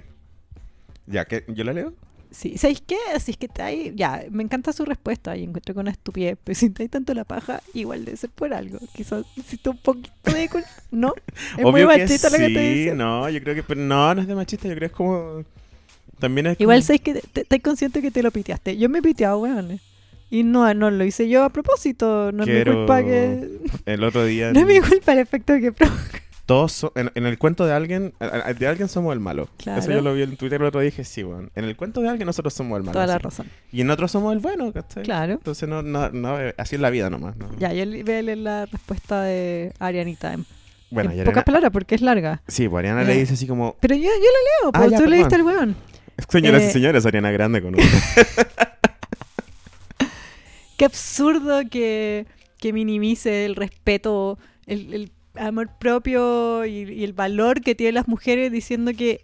Speaker 2: Ya, que ¿yo la leo?
Speaker 1: Sí, ¿sabéis qué? Si es que está ahí, ya, me encanta su respuesta y encuentro con una estupidez, pero si te hay tanto la paja, igual debe ser por algo. Quizás necesito un poquito de cul- No, es muy machista lo que te
Speaker 2: sí.
Speaker 1: dicen.
Speaker 2: No, yo creo que... Pero no, no es de machista. Yo creo que es como... También es
Speaker 1: Igual
Speaker 2: como-
Speaker 1: sabéis que te- te- estáis consciente que te lo piteaste. Yo me he piteado, weón. Y no, no lo hice yo a propósito. No
Speaker 2: Quiero-
Speaker 1: es mi culpa que.
Speaker 2: El otro día.
Speaker 1: No es mi culpa el efecto que provoca.
Speaker 2: Todos so- en, en el cuento de alguien, a- a- de alguien somos el malo. Eso
Speaker 1: Claro.
Speaker 2: yo lo vi en Twitter el otro día y dije, sí, weón. En el cuento de alguien nosotros somos el malo.
Speaker 1: Toda la
Speaker 2: así.
Speaker 1: razón.
Speaker 2: Y en otros somos el bueno, ¿cachai?
Speaker 1: Claro.
Speaker 2: Entonces, no, no, no, eh, así es la vida nomás. ¿no?
Speaker 1: Ya, yo le- voy a leer la respuesta de Arianita. En,
Speaker 2: Bueno,
Speaker 1: en
Speaker 2: y Ariana-
Speaker 1: pocas palabras, porque es larga.
Speaker 2: Sí, pues Ariana le
Speaker 1: Ya.
Speaker 2: dice así como,
Speaker 1: Pero yo, yo la leo, po,
Speaker 2: Ah, ya,
Speaker 1: tú
Speaker 2: perdón.
Speaker 1: leíste el weón.
Speaker 2: señoras y
Speaker 1: Eh,
Speaker 2: señores, Ariana Grande con usted".
Speaker 1: Qué absurdo que, que minimice el respeto, el, el amor propio y, y el valor que tienen las mujeres diciendo que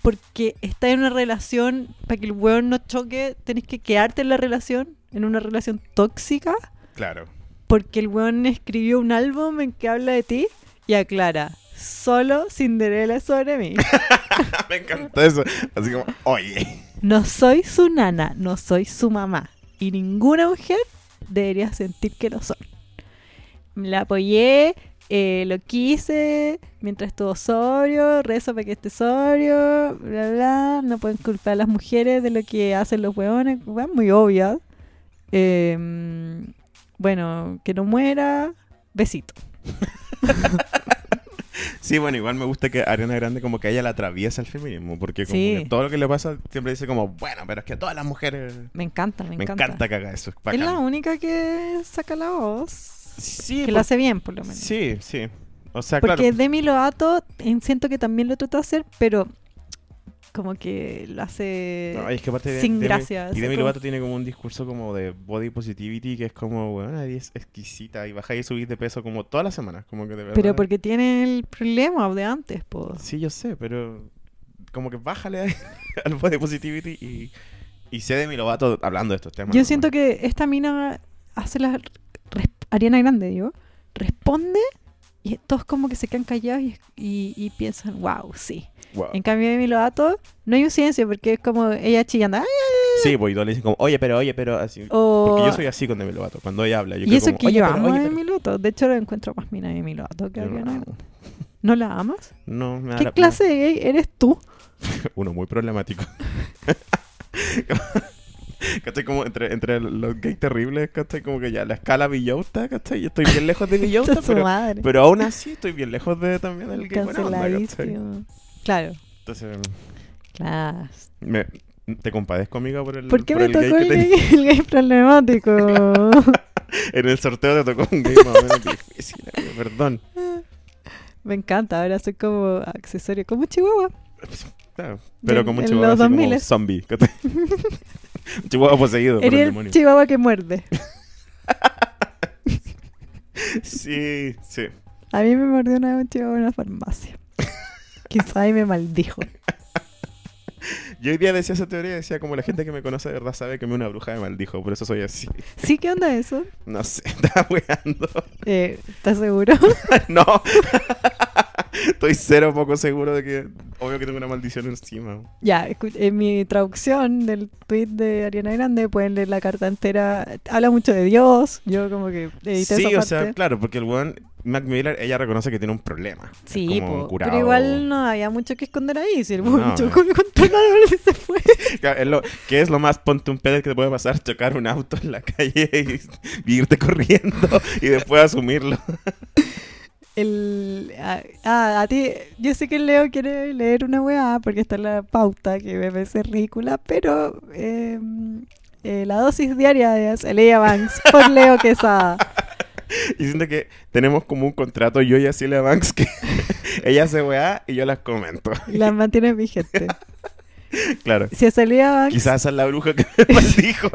Speaker 1: porque está en una relación, para que el weón no choque, tenés que quedarte en la relación, en una relación tóxica,
Speaker 2: Claro.
Speaker 1: porque el weón escribió un álbum en que habla de ti y aclara, solo Cinderella es sobre mí.
Speaker 2: Me encantó eso. Así como, oye.
Speaker 1: No soy su nana, no soy su mamá. Y ninguna mujer debería sentir que lo son. La apoyé, eh, lo quise, mientras estuvo sobrio, rezo para que esté sobrio, bla, bla. No pueden culpar a las mujeres de lo que hacen los hueones, weón, muy obvia. Eh, bueno, que no muera, besito.
Speaker 2: Sí, bueno, igual me gusta que Ariana Grande como que a ella la atraviesa el feminismo, porque como
Speaker 1: Sí.
Speaker 2: que todo lo que le pasa siempre dice como, bueno, pero es que todas las mujeres...
Speaker 1: Me encanta, me,
Speaker 2: Me
Speaker 1: encanta.
Speaker 2: encanta, que haga eso. es
Speaker 1: Es
Speaker 2: bacán.
Speaker 1: la única que saca la voz.
Speaker 2: Sí,
Speaker 1: que lo
Speaker 2: por-
Speaker 1: hace bien, por lo menos.
Speaker 2: sí, sí. O sea,
Speaker 1: Porque
Speaker 2: claro.
Speaker 1: Demi Lovato en- siento que también lo trató de hacer, pero como que lo hace...
Speaker 2: No, es que aparte de-
Speaker 1: sin
Speaker 2: Demi-
Speaker 1: gracia,
Speaker 2: Y
Speaker 1: así
Speaker 2: Demi
Speaker 1: como-
Speaker 2: Lovato tiene como un discurso como de body positivity que es como, bueno, nadie es exquisita y bajáis y subís de peso como todas las semanas. Como que de verdad.
Speaker 1: Pero porque tiene el problema de antes, po.
Speaker 2: Sí, yo sé, pero como que bájale al body positivity y, y sé de mi lobato hablando de estos temas.
Speaker 1: Yo siento que esta mina hace la... res- Ariana Grande, digo. Responde y todos como que se quedan callados y, y- y piensan, wow, sí.
Speaker 2: Ah.
Speaker 1: En cambio Demi Lovato no hay un silencio porque es como ella chillando. "Ay",
Speaker 2: Sí, pues y todos le dicen como, oye, pero, oye, pero, así.
Speaker 1: o...
Speaker 2: Porque yo soy así con Demi Lovato, cuando ella habla. Yo
Speaker 1: Oh. y
Speaker 2: quedo
Speaker 1: eso
Speaker 2: como,
Speaker 1: que
Speaker 2: "Oye,
Speaker 1: yo
Speaker 2: pero,
Speaker 1: amo
Speaker 2: oye,
Speaker 1: a
Speaker 2: pero".
Speaker 1: Demi Lovato. De hecho, lo encuentro más mina de Demi Lovato que
Speaker 2: Yo no
Speaker 1: Ariana
Speaker 2: la
Speaker 1: Grande.
Speaker 2: amo.
Speaker 1: ¿No la amas?
Speaker 2: No, me da
Speaker 1: ¿Qué
Speaker 2: la-
Speaker 1: clase de gay eres tú?
Speaker 2: uno muy problemático. ¿Cachai? Como entre, entre los gays terribles, ¿cachai? Como que ya la escala Villota, ¿cachai? Yo estoy bien lejos de Villota,
Speaker 1: su
Speaker 2: pero,
Speaker 1: madre.
Speaker 2: pero aún así estoy bien lejos de también del gay buena onda, ¿cachai?
Speaker 1: Canceladísimo. Claro,
Speaker 2: Entonces,
Speaker 1: claro.
Speaker 2: me- te compadezco, amiga, por el,
Speaker 1: ¿Por qué
Speaker 2: por
Speaker 1: me
Speaker 2: Mm, el
Speaker 1: tocó
Speaker 2: gay que
Speaker 1: el
Speaker 2: te-
Speaker 1: gay, el gay problemático?
Speaker 2: En el sorteo te tocó un gay más o menos difícil, amiga, perdón.
Speaker 1: me encanta, ahora soy como accesorio, como Chihuahua.
Speaker 2: Claro, pero
Speaker 1: En-
Speaker 2: como un
Speaker 1: en
Speaker 2: chihuahua
Speaker 1: los
Speaker 2: así como
Speaker 1: 2000.
Speaker 2: zombie, ¿cachai? Un chihuahua poseído por el
Speaker 1: Eres el
Speaker 2: demonio.
Speaker 1: Chihuahua que muerde.
Speaker 2: Sí, sí.
Speaker 1: A mí me mordió una vez un Chihuahua en una farmacia. Quizá ahí me maldijo.
Speaker 2: Yo hoy día decía esa teoría, decía como la gente que me conoce de verdad sabe que me una bruja me maldijo, por eso soy así.
Speaker 1: ¿Sí? ¿Qué onda eso?
Speaker 2: No sé, estaba weando.
Speaker 1: Eh, ¿Estás seguro?
Speaker 2: no. Estoy cero poco seguro de que. Obvio que tengo una maldición encima.
Speaker 1: Ya, escu- en mi traducción del tweet de Ariana Grande pueden leer la carta entera. Habla mucho de Dios. Yo como que edité
Speaker 2: sí,
Speaker 1: esa
Speaker 2: o
Speaker 1: parte.
Speaker 2: sea, claro, porque el weón, Mac Miller, ella reconoce que tiene un problema. Es
Speaker 1: Sí,
Speaker 2: como un
Speaker 1: po,
Speaker 2: curado.
Speaker 1: pero igual no había mucho que esconder ahí. Si el
Speaker 2: No,
Speaker 1: buen
Speaker 2: eh.
Speaker 1: chocó contra un árbol y se fue.
Speaker 2: Claro, es lo- ¿Qué es lo más ponte un pedo que te puede pasar? Chocar un auto en la calle y irte corriendo y después asumirlo.
Speaker 1: El, ah, ah, a ti, yo sé que Leo quiere leer una weá porque está en la pauta que me parece ridícula, pero eh, eh, la dosis diaria de Celia Banks por Leo Quesada.
Speaker 2: Y siento que tenemos como un contrato yo y Asilia Banks que ella se weá y yo las comento.
Speaker 1: La mantiene vigente.
Speaker 2: Claro.
Speaker 1: Si a Celia Banks
Speaker 2: Quizás esa es la bruja que me maldijo.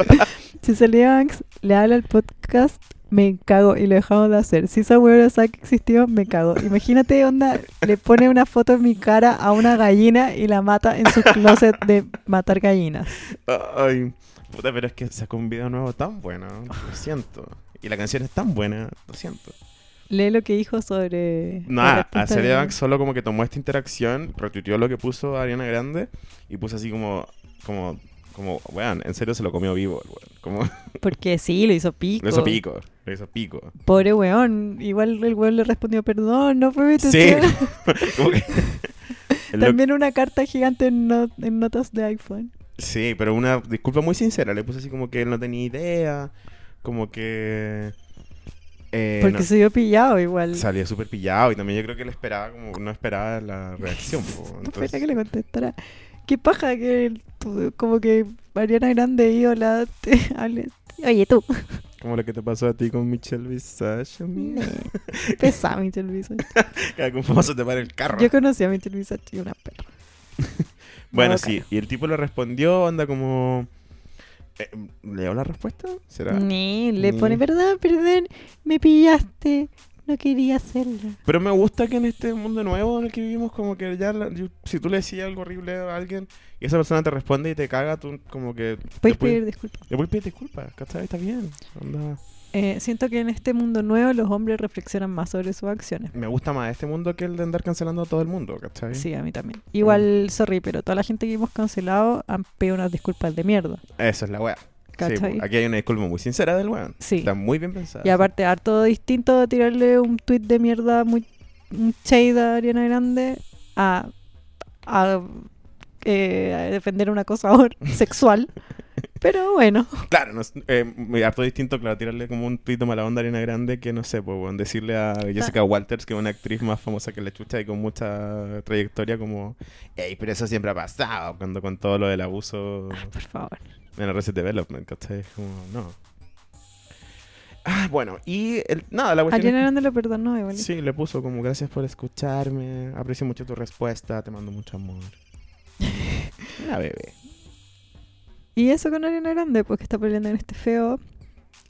Speaker 1: Si Celia Banks le habla al podcast, me cago y lo dejamos de hacer. Si esa huevona sabe que existió, me cago. Imagínate, onda, le pone una foto en mi cara a una gallina y la mata en su closet de matar gallinas.
Speaker 2: Ay, puta, pero es que sacó un video nuevo tan bueno. Lo siento. Y la canción es tan buena. Lo siento.
Speaker 1: Lee lo que dijo sobre. la
Speaker 2: Nada,
Speaker 1: respuesta
Speaker 2: a Celia
Speaker 1: de-
Speaker 2: Banks solo como que tomó esta interacción, retuiteó lo que puso Ariana Grande y puso así como, como, como, weón, en serio se lo comió vivo, el weón. Como,
Speaker 1: Porque sí, lo hizo pico.
Speaker 2: lo hizo pico, lo hizo pico.
Speaker 1: Pobre weón. Igual el weón le respondió, perdón, no fue mi
Speaker 2: Sí,
Speaker 1: intención".
Speaker 2: como que- el loco-
Speaker 1: También una carta gigante en, no- en notas de iPhone.
Speaker 2: Sí, pero una disculpa muy sincera. Le puse así como que él no tenía idea. Como que. eh,
Speaker 1: Porque
Speaker 2: no,
Speaker 1: se vio pillado igual.
Speaker 2: Salía súper pillado y también yo creo que él esperaba, como no esperaba la reacción. po,
Speaker 1: No
Speaker 2: entonces-
Speaker 1: espera que le contestara. Qué paja que el- tú- como que Mariana Grande y hola te hable. Oye, tú.
Speaker 2: Como lo que te pasó a ti con Michelle Visage, amiga.
Speaker 1: Pesa a Michelle Visage.
Speaker 2: Cada que un famoso te para el carro.
Speaker 1: Yo conocí a Michelle Visage y una perra.
Speaker 2: Bueno,
Speaker 1: No,
Speaker 2: sí. Y el tipo le respondió, onda como... eh, ¿Leo la respuesta? ¿Será?
Speaker 1: Ni, le
Speaker 2: Ni.
Speaker 1: pone, perdón, perdón, me pillaste. No quería hacerlo.
Speaker 2: Pero me gusta que en este mundo nuevo en el que vivimos, como que ya... la- yo- si tú le decías algo horrible a alguien y esa persona te responde y te caga, tú como que...
Speaker 1: Puedes
Speaker 2: le puedes-
Speaker 1: pedir disculpas.
Speaker 2: Le voy a pedir disculpas, ¿cachai? Está bien. Onda.
Speaker 1: Eh, siento que en este mundo nuevo los hombres reflexionan más sobre sus acciones.
Speaker 2: Me gusta más este mundo que el de andar cancelando a todo el mundo, ¿cachai?
Speaker 1: Sí, a mí también. Igual, sorry, pero toda la gente que hemos cancelado han pedido unas disculpas de mierda.
Speaker 2: Eso es la weá. Sí,
Speaker 1: ¿Cachai?
Speaker 2: aquí hay una disculpa muy sincera del weón.
Speaker 1: Sí.
Speaker 2: Está muy bien pensada.
Speaker 1: Y aparte, harto distinto de tirarle un tweet de mierda muy un shade a Ariana Grande a, a, eh, a defender a un acosador sexual. Pero bueno,
Speaker 2: Claro, no, es- eh, muy harto distinto, claro, tirarle como un tuito mala onda a Arena Grande que no sé, pues, weón, decirle a
Speaker 1: Ah.
Speaker 2: Jessica Walters, que es una actriz más famosa que la chucha y con mucha trayectoria, como, ey, pero eso siempre ha pasado, cuando con todo lo del abuso
Speaker 1: por favor.
Speaker 2: en el Reset Development, ¿cachai? Es Como, no. Ah, bueno, y el- nada, la cuestión es
Speaker 1: Ariana Grande lo perdonó igual.
Speaker 2: Pues Sí, le puso como gracias por escucharme, aprecio mucho tu respuesta, te mando mucho amor. La bebé.
Speaker 1: Y eso con Ariana Grande, pues que está peleando en este feo.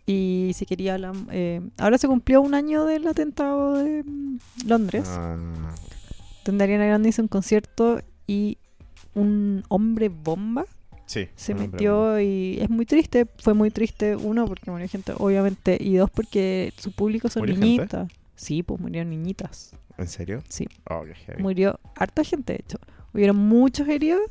Speaker 1: Y si quería hablar. eh, ahora se cumplió un año del atentado de mm, Londres,
Speaker 2: Ah,
Speaker 1: donde Ariana Grande hizo un concierto y un hombre bomba
Speaker 2: sí.
Speaker 1: se
Speaker 2: un hombre
Speaker 1: metió
Speaker 2: bomba.
Speaker 1: y es muy triste. Fue muy triste, uno, porque murió gente, obviamente, y dos, porque su público son
Speaker 2: ¿Murió gente?
Speaker 1: niñitas. Sí, pues murieron niñitas.
Speaker 2: ¿En serio?
Speaker 1: Sí.
Speaker 2: Oh, qué heavy.
Speaker 1: Murió harta gente, de hecho. Hubieron muchos heridos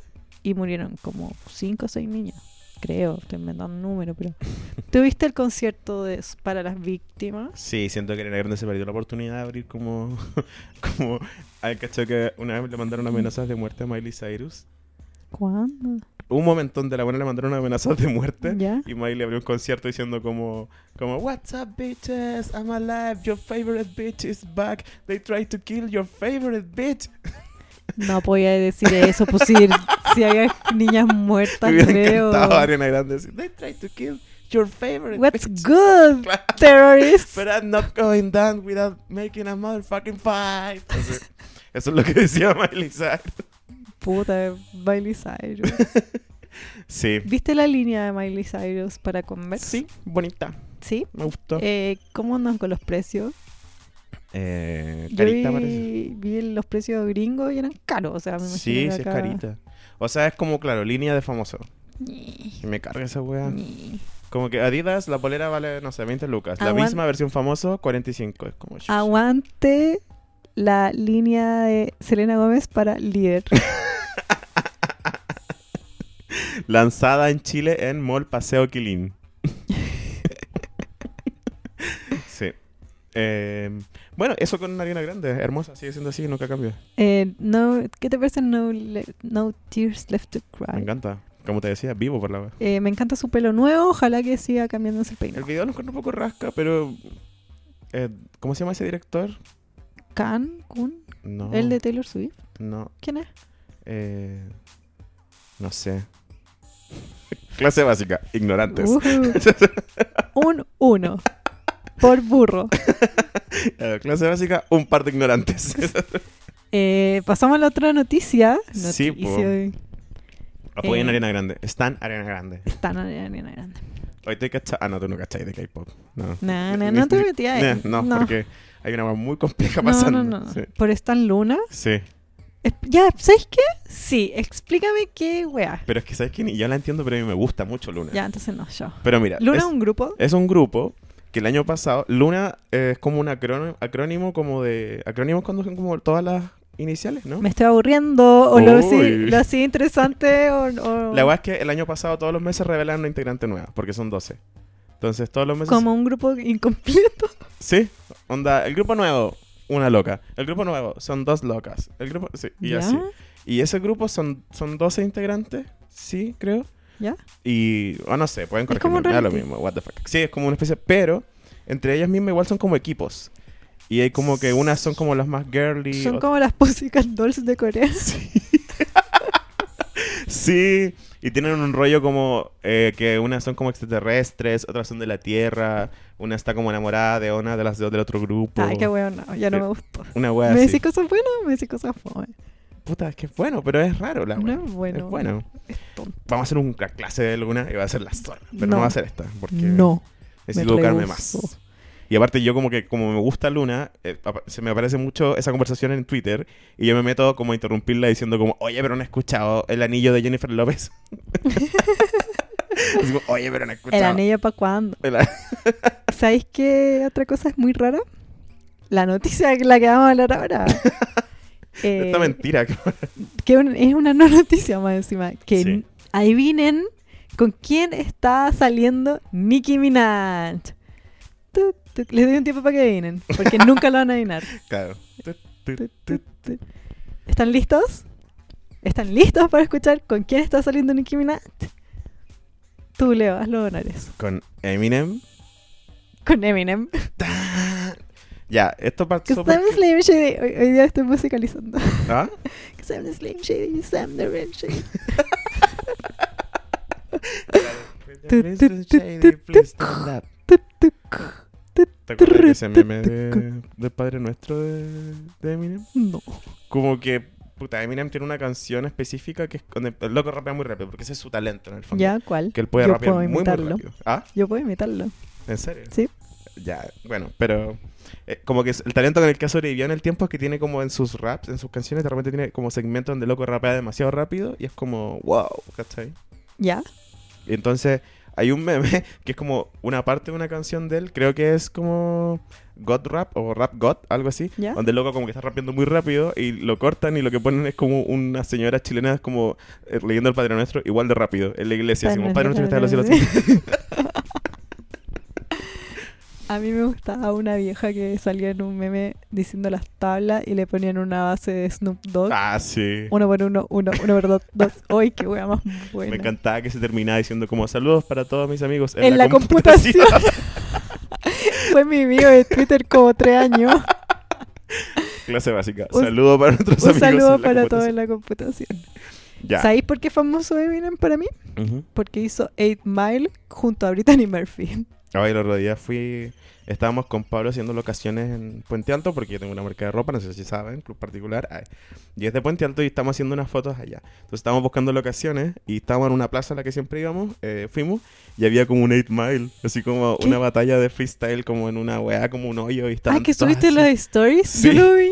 Speaker 1: y murieron como cinco o seis niñas. Creo, estoy inventando un número, pero... ¿Tuviste el concierto de, para las víctimas?
Speaker 2: Sí, siento que Elena Grande se perdió la oportunidad de abrir como. como. Al cacho que una vez le mandaron amenazas de muerte a Miley Cyrus.
Speaker 1: ¿Cuándo?
Speaker 2: Hubo Un momento donde la buena le mandaron amenazas de muerte.
Speaker 1: ¿Ya?
Speaker 2: Y Miley abrió un concierto diciendo como, como What's up bitches, I'm alive, your favorite bitch is back, they tried to kill your favorite bitch.
Speaker 1: No podía decir eso, pues si, si había niñas muertas,
Speaker 2: Me hubiera
Speaker 1: creo.
Speaker 2: encantado a Ariana Grande decir, they tried to kill your favorite
Speaker 1: What's
Speaker 2: bitch.
Speaker 1: good,
Speaker 2: Claro.
Speaker 1: terrorists?
Speaker 2: But I'm not going down without making a motherfucking fight. Entonces, eso es lo que decía Miley Cyrus.
Speaker 1: Puta, Miley Cyrus.
Speaker 2: Sí.
Speaker 1: ¿Viste la línea de Miley Cyrus para Converse?
Speaker 2: Sí, bonita.
Speaker 1: ¿Sí?
Speaker 2: Me gustó.
Speaker 1: Eh, ¿Cómo andan con los precios?
Speaker 2: Eh,
Speaker 1: Yo
Speaker 2: carita parece.
Speaker 1: vi, vi los precios gringos y eran caros, o sea, me imagino
Speaker 2: Sí,
Speaker 1: que
Speaker 2: sí es
Speaker 1: acá-
Speaker 2: carita. O sea, es como, claro, línea de famoso.
Speaker 1: Ñe,
Speaker 2: Y me carga esa wea.
Speaker 1: ñe.
Speaker 2: Como que Adidas, la polera vale, no sé, 20 lucas. La
Speaker 1: Aguan-
Speaker 2: misma versión famoso, 45. Es como... shush.
Speaker 1: Ah, Aguante la línea de Selena Gómez para líder.
Speaker 2: Lanzada en Chile en Mall Paseo Quilín. sí. Eh, bueno, eso con Ariana Grande, hermosa, sigue siendo así, nunca cambia.
Speaker 1: Eh, no, ¿Qué te parece No, Le- no Tears Left to Cry?
Speaker 2: Me encanta. Como te decía, vivo por la web.
Speaker 1: Eh, me encanta su pelo nuevo, ojalá que siga cambiándose el
Speaker 2: El
Speaker 1: peinado.
Speaker 2: video lo encuentro un poco rasca, pero. eh, ¿Cómo se llama ese director?
Speaker 1: ¿Can? ¿Kun?
Speaker 2: No.
Speaker 1: ¿El de Taylor Swift?
Speaker 2: No.
Speaker 1: ¿Quién es?
Speaker 2: eh, no sé. Clase básica, ignorantes.
Speaker 1: Ujú. Un uno por burro.
Speaker 2: Eh, clase básica, un par de ignorantes.
Speaker 1: Eh, pasamos a la otra noticia.
Speaker 2: Sí, po.
Speaker 1: Noticia.
Speaker 2: Apoyen
Speaker 1: Eh.
Speaker 2: a Ariana Grande. Están Ariana Grande.
Speaker 1: Están en Ariana Grande.
Speaker 2: Hoy te cachas. Ah, no, tú no cacháis de K-pop. No.
Speaker 1: No,
Speaker 2: Ni-
Speaker 1: no, no
Speaker 2: ni-
Speaker 1: te
Speaker 2: ni-
Speaker 1: metí ahí.
Speaker 2: Eh, No, porque hay una hueá muy compleja
Speaker 1: No,
Speaker 2: pasando.
Speaker 1: no, no, no.
Speaker 2: Sí.
Speaker 1: Por Stan Luna.
Speaker 2: Sí.
Speaker 1: Es- Ya, ¿sabes qué? Sí, explícame qué weá.
Speaker 2: Pero es que, ¿sabes qué? Ni- Yo la entiendo, pero a mí me gusta mucho Luna.
Speaker 1: Ya, entonces no, yo.
Speaker 2: Pero mira,
Speaker 1: Luna
Speaker 2: es-
Speaker 1: es un grupo.
Speaker 2: Es un grupo que el año pasado, Luna eh, es como un acrónimo, acrónimo como de... Acrónimos cuando son como todas las iniciales, ¿no?
Speaker 1: Me estoy aburriendo. O lo hacía
Speaker 2: ¿Mm? Uy.
Speaker 1: lo hacía interesante. O, o-
Speaker 2: La verdad es que el año pasado todos los meses revelan una integrante nueva, porque son 12. Entonces todos los meses...
Speaker 1: Como un grupo incompleto.
Speaker 2: Sí, onda, el grupo nuevo, una loca. El grupo nuevo, son dos locas. El grupo... Sí, y
Speaker 1: ¿Ya?
Speaker 2: así. Y ese grupo son, son 12 integrantes, Sí, creo.
Speaker 1: ¿Ya?
Speaker 2: Y, o no sé, pueden
Speaker 1: Es como
Speaker 2: corregirme,
Speaker 1: un
Speaker 2: me da lo
Speaker 1: reality.
Speaker 2: mismo, what the fuck. Sí, es como una especie, pero entre ellas mismas igual son como equipos. Y hay como que unas son como las más girly.
Speaker 1: Son
Speaker 2: otras-
Speaker 1: como las Pussycat Dolls de Corea.
Speaker 2: Sí, y tienen un rollo como eh, que unas son como extraterrestres, otras son de la Tierra, una está como enamorada de una de las dos del otro grupo.
Speaker 1: Ay, qué weón, no, ya no
Speaker 2: Sí.
Speaker 1: me gustó.
Speaker 2: Una wea
Speaker 1: Me
Speaker 2: así.
Speaker 1: decís cosas buenas, me decís cosas fome.
Speaker 2: Puta, es que es bueno, pero es raro la
Speaker 1: No
Speaker 2: wea.
Speaker 1: es bueno.
Speaker 2: Es bueno.
Speaker 1: Es tonto.
Speaker 2: Vamos a hacer una clase de alguna y va a ser la zona, pero no,
Speaker 1: No.
Speaker 2: va a ser esta, porque
Speaker 1: No.
Speaker 2: necesito
Speaker 1: me
Speaker 2: educarme
Speaker 1: rehuso.
Speaker 2: más. Y aparte yo como que, como me gusta Luna, eh, apa- se me aparece mucho esa conversación en Twitter y yo me meto como a interrumpirla diciendo como, oye, pero no he escuchado el anillo de Jennifer López. Así como, oye, pero no he escuchado.
Speaker 1: El anillo para cuándo.
Speaker 2: el a-
Speaker 1: ¿Sabéis qué otra cosa es muy rara? La noticia que la que vamos a hablar ahora. Eh,
Speaker 2: Esta mentira.
Speaker 1: que un- es una no noticia más encima. Que
Speaker 2: Sí.
Speaker 1: n- adivinen con quién está saliendo Nicki Minaj. Tuc, tuc. Les doy un tiempo para que adivinen, porque nunca lo van a adivinar.
Speaker 2: claro.
Speaker 1: Tuc, tuc, tuc. ¿Están listos? ¿Están listos para escuchar con quién está saliendo Nicki Minaj? Tú, Leo, haz los honores.
Speaker 2: Con Eminem.
Speaker 1: Con Eminem.
Speaker 2: Ya, esto
Speaker 1: Que
Speaker 2: pasó...
Speaker 1: Sam
Speaker 2: porque-
Speaker 1: Slim Shady. Hoy, hoy día estoy musicalizando.
Speaker 2: ¿Ah?
Speaker 1: Que Sam Slim Shady, Sam the Red Shady. Tu, tu, tu, tu, tu. Tuc, tuc.
Speaker 2: ¿Te acuerdas de ese meme de, del Padre Nuestro de, de Eminem?
Speaker 1: No.
Speaker 2: Como que, puta, Eminem tiene una canción específica que es donde el loco rapea muy rápido, porque ese es su talento en el fondo.
Speaker 1: ¿Ya cuál?
Speaker 2: Que él puede
Speaker 1: Yo
Speaker 2: rapear
Speaker 1: puedo
Speaker 2: muy, muy
Speaker 1: imitarlo.
Speaker 2: rápido. ¿Ah?
Speaker 1: Yo puedo imitarlo.
Speaker 2: ¿En serio?
Speaker 1: Sí.
Speaker 2: Ya, bueno, pero eh, como que es- el talento con el que ha sobrevivido en el tiempo es que tiene como en sus raps, en sus canciones, de repente tiene como segmentos donde el loco rapea demasiado rápido y es como, wow, ¿cachai?
Speaker 1: ¿Ya?
Speaker 2: Y entonces hay un meme que es como una parte de una canción de él, creo que es como God Rap o Rap God, algo así,
Speaker 1: ¿Ya?
Speaker 2: donde el loco como que está rapeando muy rápido y lo cortan y lo que ponen es como una señora chilena como eh, leyendo el Padre Nuestro igual de rápido en la iglesia, así como Padre Nuestro que está en los cielos. así.
Speaker 1: A mí me gustaba una vieja que salía en un meme diciendo las tablas y le ponían una base de Snoop Dogg.
Speaker 2: Ah, sí.
Speaker 1: Uno por uno, uno, uno por dos, dos. ¡Ay, qué wea más buena!
Speaker 2: Me encantaba que se terminaba diciendo como saludos para todos mis amigos
Speaker 1: En la computación. Fue mi video de Twitter como tres años.
Speaker 2: Clase básica.
Speaker 1: Un-
Speaker 2: Saludos para nuestros
Speaker 1: Un
Speaker 2: amigos.
Speaker 1: saludo
Speaker 2: en la
Speaker 1: para todos
Speaker 2: computación.
Speaker 1: en la computación.
Speaker 2: Ya.
Speaker 1: ¿Sabéis por qué es famoso Eminem para mí?
Speaker 2: Ujú.
Speaker 1: Porque hizo 8 Mile junto a Brittany Murphy.
Speaker 2: Ay, Ah, el otro día fui. Estábamos con Pablo haciendo locaciones en Puente Alto, porque yo tengo una marca de ropa, no sé si saben, club particular. ay. Y es de Puente Alto y estamos haciendo unas fotos allá. Entonces estábamos buscando locaciones y estábamos en una plaza a la que siempre íbamos, eh, fuimos, y había como un 8 mile, así como
Speaker 1: ¿Qué?
Speaker 2: una batalla de freestyle, como en una weá, como un hoyo. Y
Speaker 1: Ah,
Speaker 2: estaban
Speaker 1: que
Speaker 2: todas
Speaker 1: subiste
Speaker 2: así,
Speaker 1: los stories. Yo
Speaker 2: Sí.
Speaker 1: lo vi.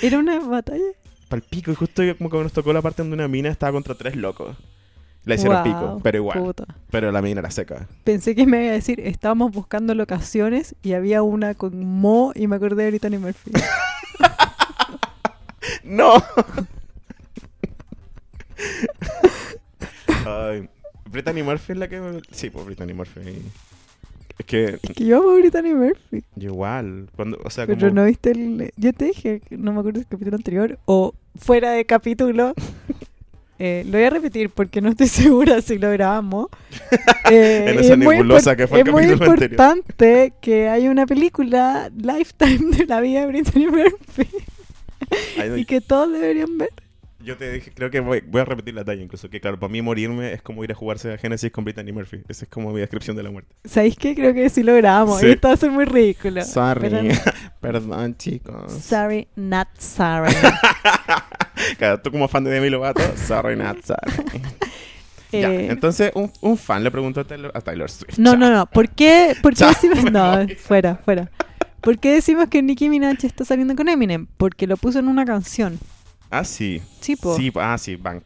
Speaker 1: Era una batalla.
Speaker 2: pal pico, y justo yo- como que nos tocó la parte donde una mina estaba contra tres locos. La hicieron pico,
Speaker 1: Guau,
Speaker 2: pero igual.
Speaker 1: puta.
Speaker 2: Pero la mina era seca.
Speaker 1: Pensé que me iba a decir, estábamos buscando locaciones y había una con Mo y me acordé de Brittany Murphy.
Speaker 2: ¡No! Ay, Brittany Murphy es la que... Sí, pues Brittany Murphy. Es que
Speaker 1: es que yo amo a Brittany Murphy.
Speaker 2: yo igual, cuando, o sea, como...
Speaker 1: Pero no viste el... Yo te dije, no me acuerdo del capítulo anterior o fuera de capítulo. Eh, lo voy a repetir porque no estoy segura si lo grabamos. Eh,
Speaker 2: En esa
Speaker 1: es muy
Speaker 2: nebulosa
Speaker 1: impor-
Speaker 2: que fue el
Speaker 1: es muy
Speaker 2: capítulo anterior.
Speaker 1: importante que hay una película Lifetime de la vida de Brittany Murphy
Speaker 2: Ay, no,
Speaker 1: y que todos deberían ver.
Speaker 2: Yo te dije, creo que voy, voy a repetir la talla incluso, que claro, para mí morirme es como ir a jugarse a Genesis con Brittany Murphy. Esa es como mi descripción de la muerte.
Speaker 1: ¿Sabéis qué? Creo que sí lo grabamos.
Speaker 2: Sí.
Speaker 1: Y esto va a ser muy ridículo. Pero-
Speaker 2: Perdón, chicos.
Speaker 1: Sorry, not sorry.
Speaker 2: Claro, tú como fan de Demi Lovato, sorry, not sorry. Ya,
Speaker 1: Eh,
Speaker 2: entonces un, un fan le preguntó a Taylor, a Taylor Swift.
Speaker 1: no,
Speaker 2: Chao.
Speaker 1: no, no. ¿Por qué, por qué
Speaker 2: Chao, me
Speaker 1: decimos... No,
Speaker 2: voy.
Speaker 1: fuera, fuera. ¿Por qué decimos que Nicki Minaj está saliendo con Eminem? Porque lo puso en una canción.
Speaker 2: Ah, sí.
Speaker 1: Sí, po.
Speaker 2: Sí, ah, sí, Bank.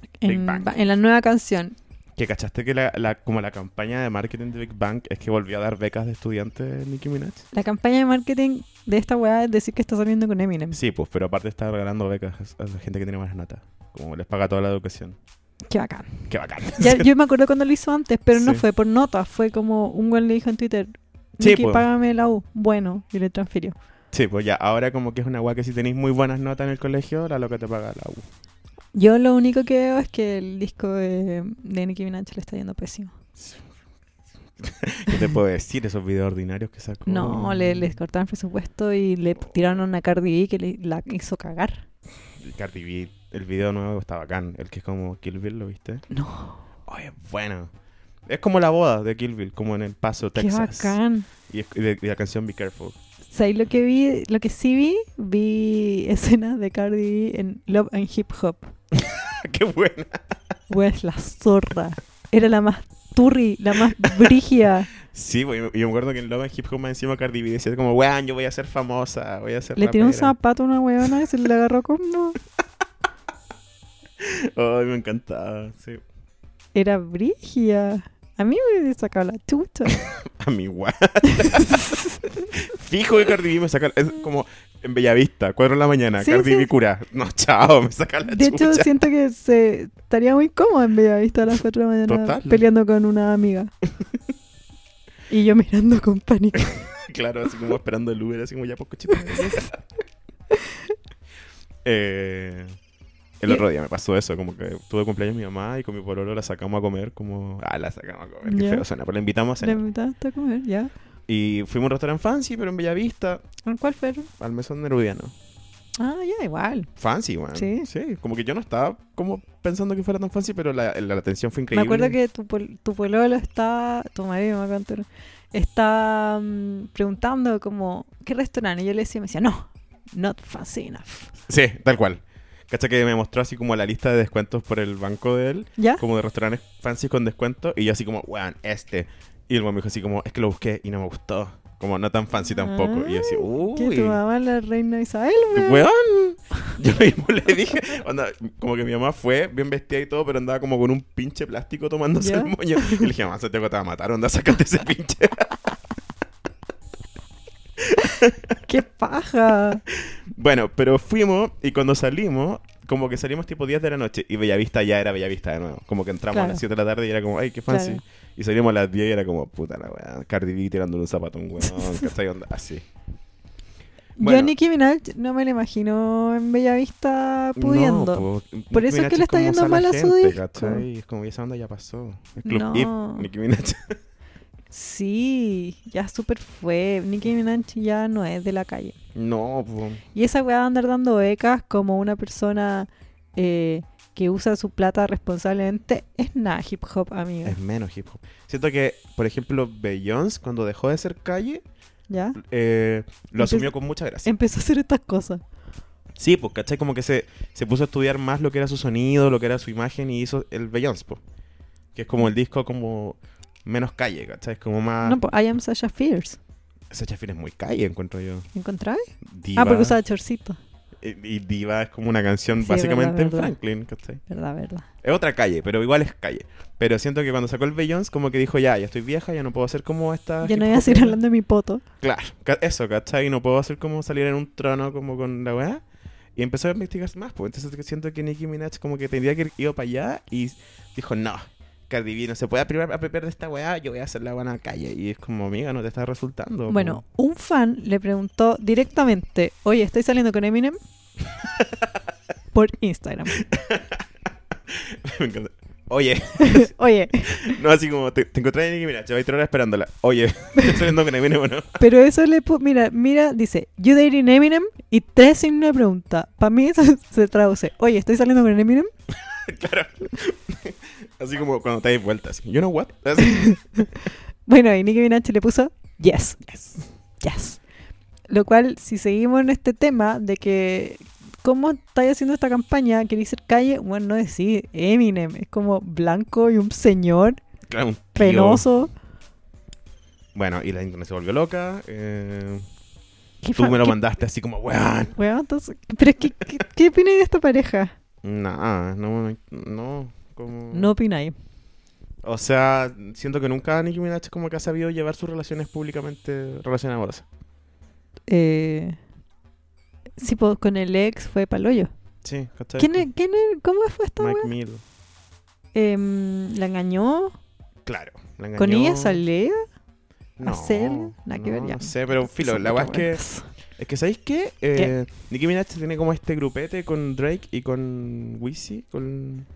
Speaker 2: Big
Speaker 1: en,
Speaker 2: Bang.
Speaker 1: en la nueva canción.
Speaker 2: Que cachaste que la, la- como la campaña de marketing de Big Bang es que volvió a dar becas de estudiantes Nicki Minaj.
Speaker 1: La campaña de marketing de esta weá es decir que está saliendo con Eminem.
Speaker 2: Sí, pues, pero aparte está regalando becas a la gente que tiene más notas. Como les paga toda la educación.
Speaker 1: Qué bacán.
Speaker 2: Qué bacán.
Speaker 1: Ya, yo me acuerdo cuando lo hizo antes, pero no
Speaker 2: Sí.
Speaker 1: fue por notas. Fue como un güey le dijo en Twitter,
Speaker 2: Sí, pues.
Speaker 1: Nicki,
Speaker 2: po.
Speaker 1: págame la U. Bueno, y le transfirió.
Speaker 2: Sí, pues ya, ahora como que es una guay que si tenéis muy buenas notas en el colegio, la loca te paga la U.
Speaker 1: Yo lo único que veo es que el disco de, de Nicki Minaj le está yendo pésimo.
Speaker 2: ¿Qué te puedo decir? Esos videos ordinarios que sacó.
Speaker 1: No, le, les cortaron presupuesto y le tiraron una Cardi B que le- la hizo cagar.
Speaker 2: Cardi B, el video nuevo está bacán. El que es como Kill Bill, ¿lo viste?
Speaker 1: No,
Speaker 2: Oh, es bueno. Es como la boda de Kill Bill, como en El Paso, Texas.
Speaker 1: qué bacán.
Speaker 2: Y, es- y de- y la canción Be Careful.
Speaker 1: ¿Sabes lo que vi? Lo que sí vi, vi escenas de Cardi B en Love and Hip Hop.
Speaker 2: Ah, ¡Qué buena!
Speaker 1: Güey, es la zorra. Era la más turri, la más brígida.
Speaker 2: Sí, güey, yo me acuerdo que en Love and Hip Hop más encima Cardi B decía como, weón, yo voy a ser famosa, voy a ser
Speaker 1: Le tiró un
Speaker 2: rapera".
Speaker 1: zapato a una huevona y se le agarró como...
Speaker 2: Ay, Oh, me encantaba, sí.
Speaker 1: Era brígida. A mí me hubiese sacado la chucha.
Speaker 2: A mi igual. Fijo que Cardi B me saca... Es como en Bellavista, 4 de la mañana,
Speaker 1: Sí,
Speaker 2: Cardi
Speaker 1: sí.
Speaker 2: B cura. No, chao, me saca la
Speaker 1: De hecho,
Speaker 2: chucha.
Speaker 1: siento que se estaría muy cómoda en Bellavista a las 4 de la mañana
Speaker 2: Total.
Speaker 1: peleando con una amiga. y yo mirando con pánico.
Speaker 2: Claro, así como esperando el Uber, así como ya pues, poco chito. eh, el
Speaker 1: Y-
Speaker 2: otro día me pasó eso, como que tuve cumpleaños mi mamá y con mi pololo la sacamos a comer, como... Ah, la sacamos a comer, qué
Speaker 1: Ya.
Speaker 2: feo suena, pero la invitamos a
Speaker 1: La
Speaker 2: cenar.
Speaker 1: invitaste a comer, ya.
Speaker 2: Y fuimos a un restaurante fancy, pero en Bellavista,
Speaker 1: ¿Cuál fueron?
Speaker 2: al mesón nerudiano.
Speaker 1: Ah, ya, igual.
Speaker 2: Fancy, weón.
Speaker 1: Sí.
Speaker 2: Sí, como que yo no estaba como pensando que fuera tan fancy, pero la, la, la atención fue
Speaker 1: Me
Speaker 2: increíble.
Speaker 1: acuerdo que tu, pol- tu pololo estaba, tu marido me contó, estaba mm, preguntando como, ¿qué restaurante? Y yo le decía, me decía, no, not fancy enough.
Speaker 2: Sí, tal cual. Cacha que me mostró así como la lista de descuentos por el banco de él,
Speaker 1: ¿Ya?
Speaker 2: como de restaurantes fancy con descuento, y yo así como, weón, este. Y el weón me dijo así como, es que lo busqué y no me gustó. Como no tan fancy tampoco. Y yo así,
Speaker 1: Ay, Que
Speaker 2: uy.
Speaker 1: tu mamá es la reina Isabel, weón.
Speaker 2: Weón. Yo mismo le dije, onda, como que mi mamá fue bien vestida y todo, pero andaba como con un pinche plástico tomándose
Speaker 1: ¿Ya?
Speaker 2: el moño. Y le dije, mamá, Santiago te va a matar, onda, sacate ese pinche.
Speaker 1: ¡Qué paja!
Speaker 2: Bueno, pero fuimos y cuando salimos, como que salimos tipo 10 de la noche y Bellavista ya era Bellavista de nuevo. Como que entramos a
Speaker 1: Claro.
Speaker 2: las 7 de la tarde y era como, ay, qué fancy.
Speaker 1: Claro.
Speaker 2: Y salimos a las 10 y era como, puta la weá, Cardi B tirándole un zapato a un weón, ¿cachai? Onda, así.
Speaker 1: Yo
Speaker 2: Bueno.
Speaker 1: Nicki Minaj no me la imagino en Bellavista pudiendo.
Speaker 2: No, po,
Speaker 1: Por eso es
Speaker 2: Minaj
Speaker 1: que le está
Speaker 2: como
Speaker 1: yendo
Speaker 2: usa la
Speaker 1: mal a su
Speaker 2: gente,
Speaker 1: disco.
Speaker 2: ¿cachai? Es como que esa onda ya pasó. El Club
Speaker 1: No.
Speaker 2: If, Nicki Minaj.
Speaker 1: Sí, ya súper fue. Nicki Minaj ya no es de la calle.
Speaker 2: No, po.
Speaker 1: Y esa weá de andar dando becas como una persona eh, que usa su plata responsablemente es nada hip hop, amiga.
Speaker 2: es menos hip hop. Siento que, por ejemplo, Beyoncé, cuando dejó de ser calle,
Speaker 1: ¿Ya?
Speaker 2: eh, lo
Speaker 1: Empe-
Speaker 2: asumió con mucha gracia.
Speaker 1: Empezó a hacer estas cosas.
Speaker 2: Sí, pues, ¿cachai? Como que se, se puso a estudiar más lo que era su sonido, lo que era su imagen y hizo el Beyoncé, po. Que es como el disco como menos calle, ¿cachai? Es como más...
Speaker 1: No, po, I am Sasha Fierce.
Speaker 2: Sacha Fierce es muy calle, encuentro yo.
Speaker 1: ¿Encontrás?
Speaker 2: Diva.
Speaker 1: Ah, porque usaba chorcito.
Speaker 2: Y, y Diva es como una canción
Speaker 1: Sí,
Speaker 2: básicamente
Speaker 1: verdad,
Speaker 2: en
Speaker 1: verdad.
Speaker 2: Franklin, ¿cachai?
Speaker 1: Verdad, verdad.
Speaker 2: Es otra calle, pero igual es calle. Pero siento que cuando sacó el Beyoncé como que dijo, ya, ya estoy vieja, ya no puedo hacer como esta...
Speaker 1: Yo no
Speaker 2: Ah, hip
Speaker 1: voy a seguir
Speaker 2: hopera".
Speaker 1: hablando de mi poto.
Speaker 2: Claro, ca- eso, ¿cachai? No puedo hacer como salir en un trono como con la weá. Y empezó a investigar más, pues. Entonces que siento que Nicki Minaj como que tendría que ir ido para allá y dijo, no, Cardi B no se puede privar a de esta weá, yo voy a hacer la weá en la calle. Y es como, amiga, no te está resultando. pues". po".
Speaker 1: Bueno, un fan le preguntó directamente, oye, ¿estoy saliendo con Eminem? Por Instagram.
Speaker 2: Me encanta. Oye,
Speaker 1: Oye,
Speaker 2: no así como, te, te encontré a Nicki Minaj, lleváis tres horas esperándola. Oye, estoy saliendo con Eminem, ¿no?
Speaker 1: pero eso le puso, mira, mira, dice, you dating Eminem y tres sin una pregunta. Para mí eso se traduce, oye, ¿estoy saliendo con Eminem?
Speaker 2: claro. así como cuando te dais vueltas. You know what? Así.
Speaker 1: Bueno, y Nicki Minaj le puso, yes, yes, yes. Lo cual, si seguimos en este tema de que, ¿cómo estáis haciendo esta campaña? ¿Queréis ser calle? Bueno, no decir Eminem, es como blanco y un señor
Speaker 2: Claro, un tío.
Speaker 1: penoso.
Speaker 2: Bueno, y la internet se volvió loca. Eh...
Speaker 1: ¿Qué
Speaker 2: Tú
Speaker 1: fa-
Speaker 2: me lo
Speaker 1: qué
Speaker 2: mandaste así como, weón.
Speaker 1: Weón, entonces, pero es que, ¿qué, qué opináis de esta pareja?
Speaker 2: Nah, no, no, como...
Speaker 1: No opináis.
Speaker 2: O sea, siento que nunca Nicki Minaj como que ha sabido llevar sus relaciones públicamente, relaciones amorosas.
Speaker 1: Eh, sí, po, con el ex fue Paloyo.
Speaker 2: Sí, ¿cachai?
Speaker 1: ¿Quién, es- quién es- ¿Cómo fue esta
Speaker 2: Mike
Speaker 1: weá?
Speaker 2: Mill.
Speaker 1: Em, ¿La engañó?
Speaker 2: Claro. la engañó.
Speaker 1: ¿Con ella salía?
Speaker 2: No,
Speaker 1: Celia? Nada que ver, ya.
Speaker 2: No sé, pero filo, la weá es que Es que, ¿sabéis qué? Eh, Nicki Minaj tiene como este grupete con Drake y con Wheezy, con...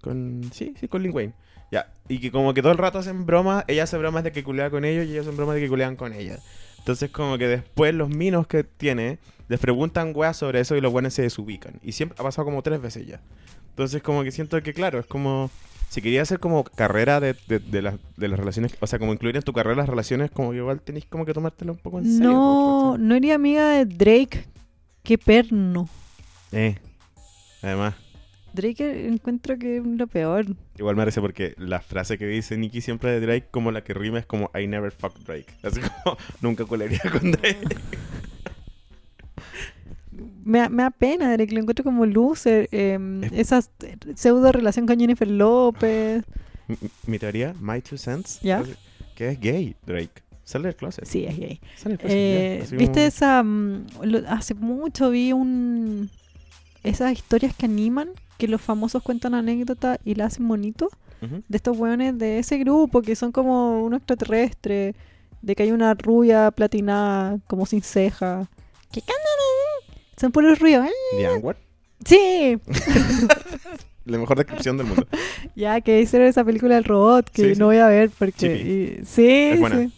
Speaker 2: Con... Sí, sí, con Lil Wayne. Ya. Y que como que todo el rato hacen bromas, ella hace bromas de que culea con ellos y ellos hacen bromas de que culean con ella. Entonces como que después los minos que tiene les preguntan weas sobre eso y los weones se desubican. Y siempre ha pasado como tres veces ya. Entonces como que siento que claro, es como... Si quería hacer como carrera de, de, de las, de las relaciones, o sea, como incluir en tu carrera las relaciones, como que igual tenéis como que tomártelo un poco en serio.
Speaker 1: No,
Speaker 2: pues,
Speaker 1: no iría amiga de Drake. Qué perno.
Speaker 2: Eh. Además,
Speaker 1: Drake eh, encuentro que es lo peor.
Speaker 2: igual me parece porque la frase que dice Nicky siempre de Drake, como la que rima es como I never fuck Drake. Así como nunca culería con Drake.
Speaker 1: Me, da- me da pena, Drake. Lo encuentro como loser. eh, esa pseudo relación con Jennifer López.
Speaker 2: Mi- Mi teoría, My Two Cents,
Speaker 1: ¿Ya?
Speaker 2: es que es gay Drake. Sale del closet.
Speaker 1: Sí, es gay.
Speaker 2: Sale del closet.
Speaker 1: Eh,
Speaker 2: Pues ya. Así
Speaker 1: ¿Viste
Speaker 2: como-
Speaker 1: esa... mm, lo- hace mucho vi un... Esas historias que animan, que los famosos cuentan anécdotas y la hacen bonito.
Speaker 2: Ujú.
Speaker 1: de estos hueones de ese grupo que son como un extraterrestre, de que hay una rubia platinada como sin ceja. ¿Qué cantan? Son puros ruidos, ¿eh?
Speaker 2: The N-word,
Speaker 1: Sí,
Speaker 2: La mejor descripción del mundo.
Speaker 1: ya que hicieron esa película del robot que
Speaker 2: Sí, sí.
Speaker 1: no voy a ver porque
Speaker 2: Chippy.
Speaker 1: y- sí,
Speaker 2: Es buena.
Speaker 1: sí.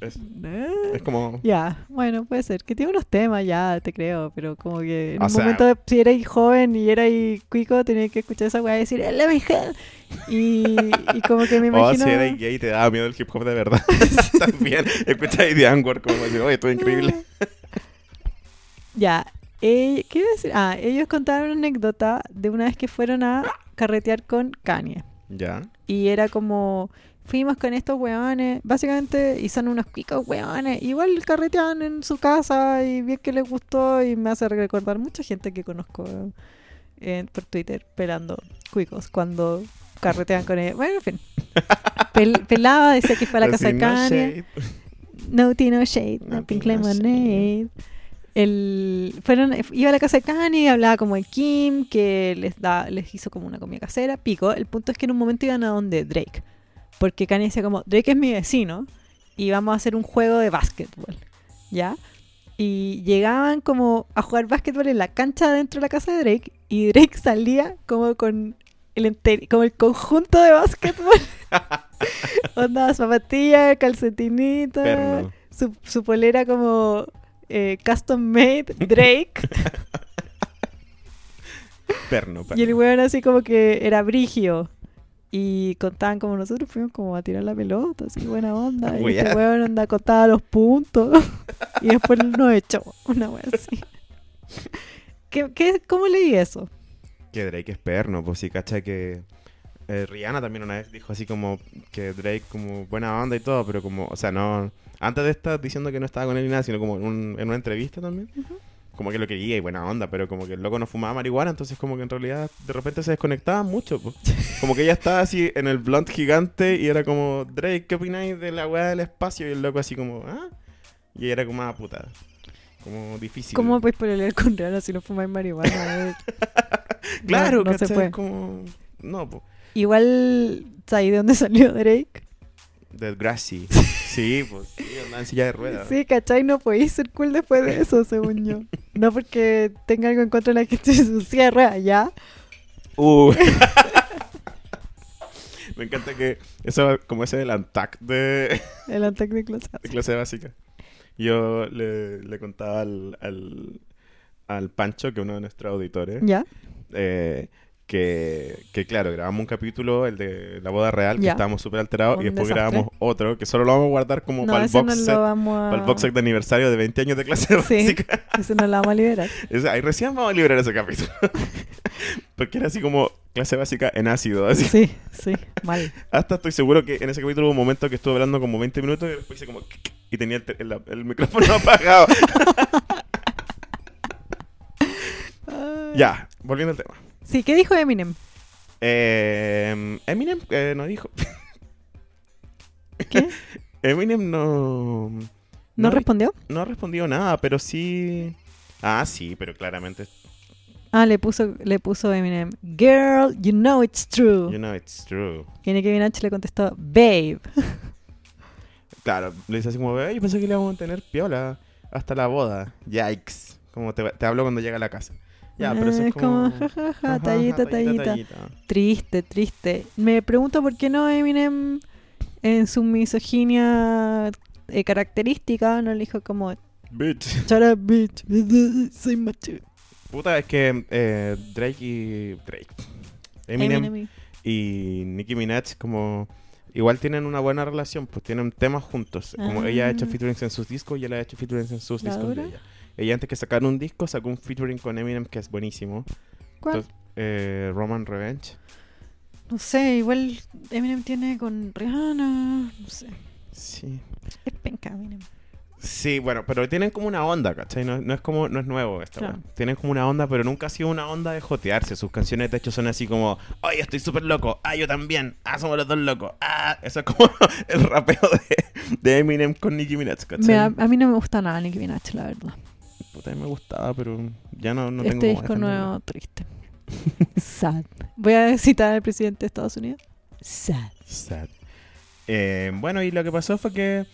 Speaker 2: Es,
Speaker 1: Eh,
Speaker 2: es como.
Speaker 1: Ya, bueno, puede ser que tiene unos temas ya, te creo, pero como que en
Speaker 2: O
Speaker 1: un
Speaker 2: sea-
Speaker 1: momento si erais joven y erais cuico, tenía que escuchar esa weá y decir, "Es la mejor". Y, y como que me
Speaker 2: Oh,
Speaker 1: imagino
Speaker 2: si eres gay te daba miedo el hip hop de verdad. También. Escucha The N-word como decir, oye, esto es increíble.
Speaker 1: Ya, eh, ¿qué iba a decir? Ah, ellos contaron una anécdota de una vez que fueron a carretear con Kanye.
Speaker 2: Ya.
Speaker 1: Y era como, fuimos con estos weones, básicamente, y son unos cuicos weones. Igual carretean en su casa y bien que les gustó y me hace recordar mucha gente que conozco eh, por Twitter pelando cuicos cuando carretean con ellos. Bueno, en fin. Pel- pelaba, decía que fue a la casa de
Speaker 2: Así, no
Speaker 1: Kanye.
Speaker 2: shade.
Speaker 1: No tea, no shade,
Speaker 2: No
Speaker 1: no pink
Speaker 2: tea, no
Speaker 1: lemonade. El, fueron, iba a la casa de Kanye y hablaba como de Kim, que les, da, les hizo como una comida casera, pico. El punto es que en un momento iban a donde Drake, porque Kanye decía como, Drake es mi vecino y vamos a hacer un juego de básquetbol, ¿ya? Y llegaban como a jugar básquetbol en la cancha dentro de la casa de Drake y Drake salía como con el, enter- como el conjunto de básquetbol. Onda, zapatillas, calcetinita,
Speaker 2: Perno.
Speaker 1: su, su polera como eh, custom made Drake.
Speaker 2: Perno, perno.
Speaker 1: y el weón así como que era brigio. Y contaban como nosotros fuimos como a tirar la pelota, así buena onda. Y
Speaker 2: Weá.
Speaker 1: este weón onda contaba los puntos. y después nos echó una wea así. ¿Qué, qué, cómo leí eso?
Speaker 2: Que Drake es perno, pues sí, cacha que. eh, Rihanna también una vez dijo así como que Drake como buena onda y todo, pero como, o sea, no. Antes de estar diciendo que no estaba con él ni nada, sino como en, un- en una entrevista también. Como que lo quería y buena onda, pero como que el loco no fumaba marihuana, entonces como que en realidad de repente se desconectaba mucho, pues. Como que ella estaba así en el blunt gigante y era como, Drake, ¿qué opináis de la weá del espacio? Y el loco así como, ¿ah? Y ella era como, ah, puta. Como difícil.
Speaker 1: ¿Cómo podéis pelear con Rihanna si no fumáis marihuana? Eh, no-
Speaker 2: Claro,
Speaker 1: no, se
Speaker 2: ¿cachai?
Speaker 1: puede.
Speaker 2: Como, no, pues.
Speaker 1: Igual, ¿sabéis de dónde salió Drake?
Speaker 2: De Grassy. Sí, pues sí, andaba en silla de ruedas.
Speaker 1: Sí, ¿cachai? No podéis ser cool después de eso, según yo. No porque tenga algo en contra de la gente de su sierra, ya.
Speaker 2: Uh. Me encanta que eso como ese del ANTAC de,
Speaker 1: El Antac de Closet.
Speaker 2: de clase básica. Yo le, le contaba al, al, al Pancho, que uno de nuestros auditores,
Speaker 1: ¿Ya?
Speaker 2: eh, que, que claro, grabamos un capítulo, el de la boda real, que
Speaker 1: Ya.
Speaker 2: estábamos súper alterados,
Speaker 1: Un
Speaker 2: y después
Speaker 1: desastre.
Speaker 2: grabamos otro, que solo lo vamos a guardar como
Speaker 1: No,
Speaker 2: para el
Speaker 1: ese no
Speaker 2: box set.
Speaker 1: lo vamos a...
Speaker 2: para el box set de aniversario de 20 años de clase
Speaker 1: Sí.
Speaker 2: básica.
Speaker 1: Ese no lo vamos a liberar.
Speaker 2: O sea, ahí recién vamos a liberar ese capítulo. Porque era así como clase básica en ácido. Así.
Speaker 1: Sí, sí, mal.
Speaker 2: Hasta estoy seguro que en ese capítulo hubo un momento que estuve hablando como 20 minutos y después hice como... kik, Y tenía el, te- el- el micrófono apagado.
Speaker 1: Ay.
Speaker 2: ya, volviendo al tema.
Speaker 1: Sí, ¿qué dijo Eminem?
Speaker 2: Eh, Eminem eh, no dijo...
Speaker 1: ¿Qué?
Speaker 2: Eminem no...
Speaker 1: ¿No,
Speaker 2: di-
Speaker 1: respondió?
Speaker 2: no respondió nada, pero sí... Ah, sí, pero claramente...
Speaker 1: Ah, le puso, le puso Eminem. Girl, you know it's true.
Speaker 2: You know it's true.
Speaker 1: Y Nicki Minaj le contestó, babe.
Speaker 2: Claro, le dice así como, "Ey, yo pensé que le íbamos a tener piola. hasta la boda. Yikes. Como te, te hablo cuando llega a la casa. Ya, pero eso
Speaker 1: Ah,
Speaker 2: es como...
Speaker 1: ja, ja, ja,
Speaker 2: Ajá,
Speaker 1: tallita, tallita. Triste, triste. Me pregunto por qué no Eminem en su misoginia eh, característica no le dijo como
Speaker 2: Bitch.
Speaker 1: Shut up, bitch, soy macho.
Speaker 2: Puta, es que eh, Drake y... Drake. Eminem, y Nicki Minaj como... Igual tienen una buena relación, pues tienen temas juntos. Como ella ha hecho
Speaker 1: Ah.
Speaker 2: featuring en sus discos y él ha hecho featuring en sus
Speaker 1: ¿La
Speaker 2: discos de
Speaker 1: dura?
Speaker 2: ella. Ella antes que sacar un disco sacó un featuring con Eminem que es buenísimo.
Speaker 1: ¿Cuál?
Speaker 2: Entonces, eh, Roman Revenge.
Speaker 1: No sé, igual Eminem tiene con Rihanna. No sé.
Speaker 2: Sí.
Speaker 1: Es penca Eminem.
Speaker 2: Sí, bueno, pero tienen como una onda, ¿cachai? No, no es como, no es nuevo esta
Speaker 1: Claro.
Speaker 2: weá. Tienen como una onda, pero nunca ha sido una onda de jotearse. Sus canciones de hecho son así como, ¡ay, estoy súper loco! ¡Ah, yo también! ¡Ah, somos los dos locos! ¡Ah! Eso es como el rapeo de, de Eminem con Nicki Minaj, ¿cachai?
Speaker 1: Me- a, a mí no me gusta nada Nicki Minaj, la verdad.
Speaker 2: Puta, a mí me gustaba, pero ya no, no tengo
Speaker 1: este
Speaker 2: como
Speaker 1: disco
Speaker 2: defenderlo.
Speaker 1: nuevo, triste. Sad. Voy a citar al presidente de Estados Unidos. Sad.
Speaker 2: Sad. Eh, bueno, y lo que pasó fue que.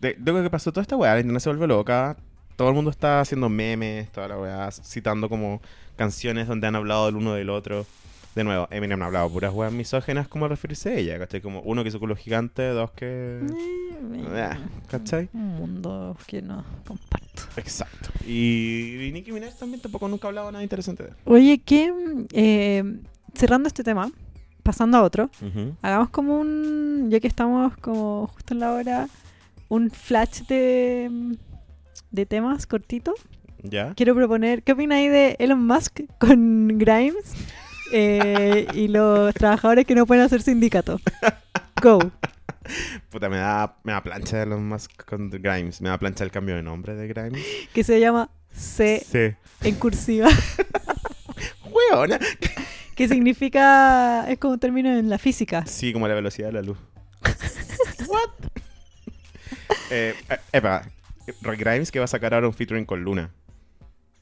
Speaker 2: de- Luego que pasó toda esta weá, la internet se vuelve loca. Todo el mundo está haciendo memes, toda la weá, citando como canciones donde han hablado del uno del otro. De nuevo, Eminem ha hablado puras weas misógenas como a referirse a ella, ¿cachai? Como uno que es un culo gigante, dos que. Ah, ¿cachai?
Speaker 1: Eh, Un mundo que no comparto.
Speaker 2: Exacto. Y, y Nicki Minaj también tampoco nunca ha hablado nada interesante de él.
Speaker 1: Oye, que eh, cerrando este tema, pasando a otro, hagamos como un, ya que estamos como justo en la hora, un flash de, de temas cortito.
Speaker 2: ¿Ya?
Speaker 1: Quiero proponer, ¿qué opináis de Elon Musk con Grimes eh, y los trabajadores que no pueden hacer sindicato? Go.
Speaker 2: Puta, me da, me da plancha de los más con Grimes. Me da plancha el cambio de nombre de Grimes.
Speaker 1: Que se llama C
Speaker 2: Sí.
Speaker 1: en cursiva,
Speaker 2: Weona.
Speaker 1: que significa, es como un término en la física.
Speaker 2: Sí, como la velocidad de la luz. What? eh, eh, epa, Roy Grimes que va a sacar ahora un featuring con Luna.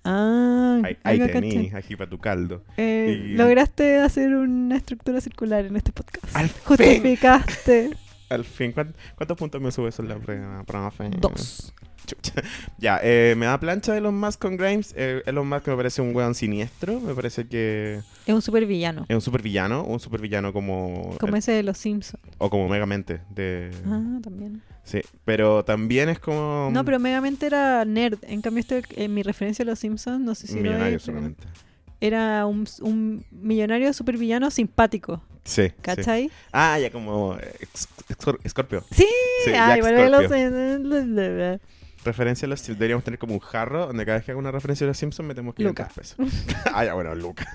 Speaker 1: Ah,
Speaker 2: Ahí, ahí
Speaker 1: algo caché.
Speaker 2: tení, ají pa' tu caldo.
Speaker 1: Eh,
Speaker 2: Y-
Speaker 1: Lograste hacer una estructura circular en este podcast.
Speaker 2: Al
Speaker 1: Justificaste
Speaker 2: Al fin, ¿cuán- ¿cuántos puntos me sube eso en la prueba? profe?
Speaker 1: dos.
Speaker 2: Chucha. Ya, eh, me da plancha Elon Musk con Grimes. Eh, Elon Musk me parece un weón siniestro. Me parece que
Speaker 1: Es un supervillano.
Speaker 2: es un supervillano. Un supervillano como...
Speaker 1: Como ese de los Simpsons.
Speaker 2: o como Megamente. De,
Speaker 1: Ah, también.
Speaker 2: Sí, pero también es como...
Speaker 1: No, pero Megamente era nerd. En cambio, este, eh, mi referencia a los Simpsons, no sé si lo
Speaker 2: Millonario
Speaker 1: es, pero
Speaker 2: solamente.
Speaker 1: Era un, un millonario supervillano simpático.
Speaker 2: Sí. sí.
Speaker 1: ¿Cachai?
Speaker 2: Ah, ya como eh, ex- excor- Scorpio.
Speaker 1: Sí,
Speaker 2: Sí,
Speaker 1: ay,
Speaker 2: Jack
Speaker 1: bueno,
Speaker 2: Scorpio.
Speaker 1: los-
Speaker 2: Referencia a los Simpsons. Deberíamos tener como un jarro donde cada vez que hago una referencia a los Simpsons metemos 500
Speaker 1: Luca.
Speaker 2: pesos. ah, ya, bueno, Luca.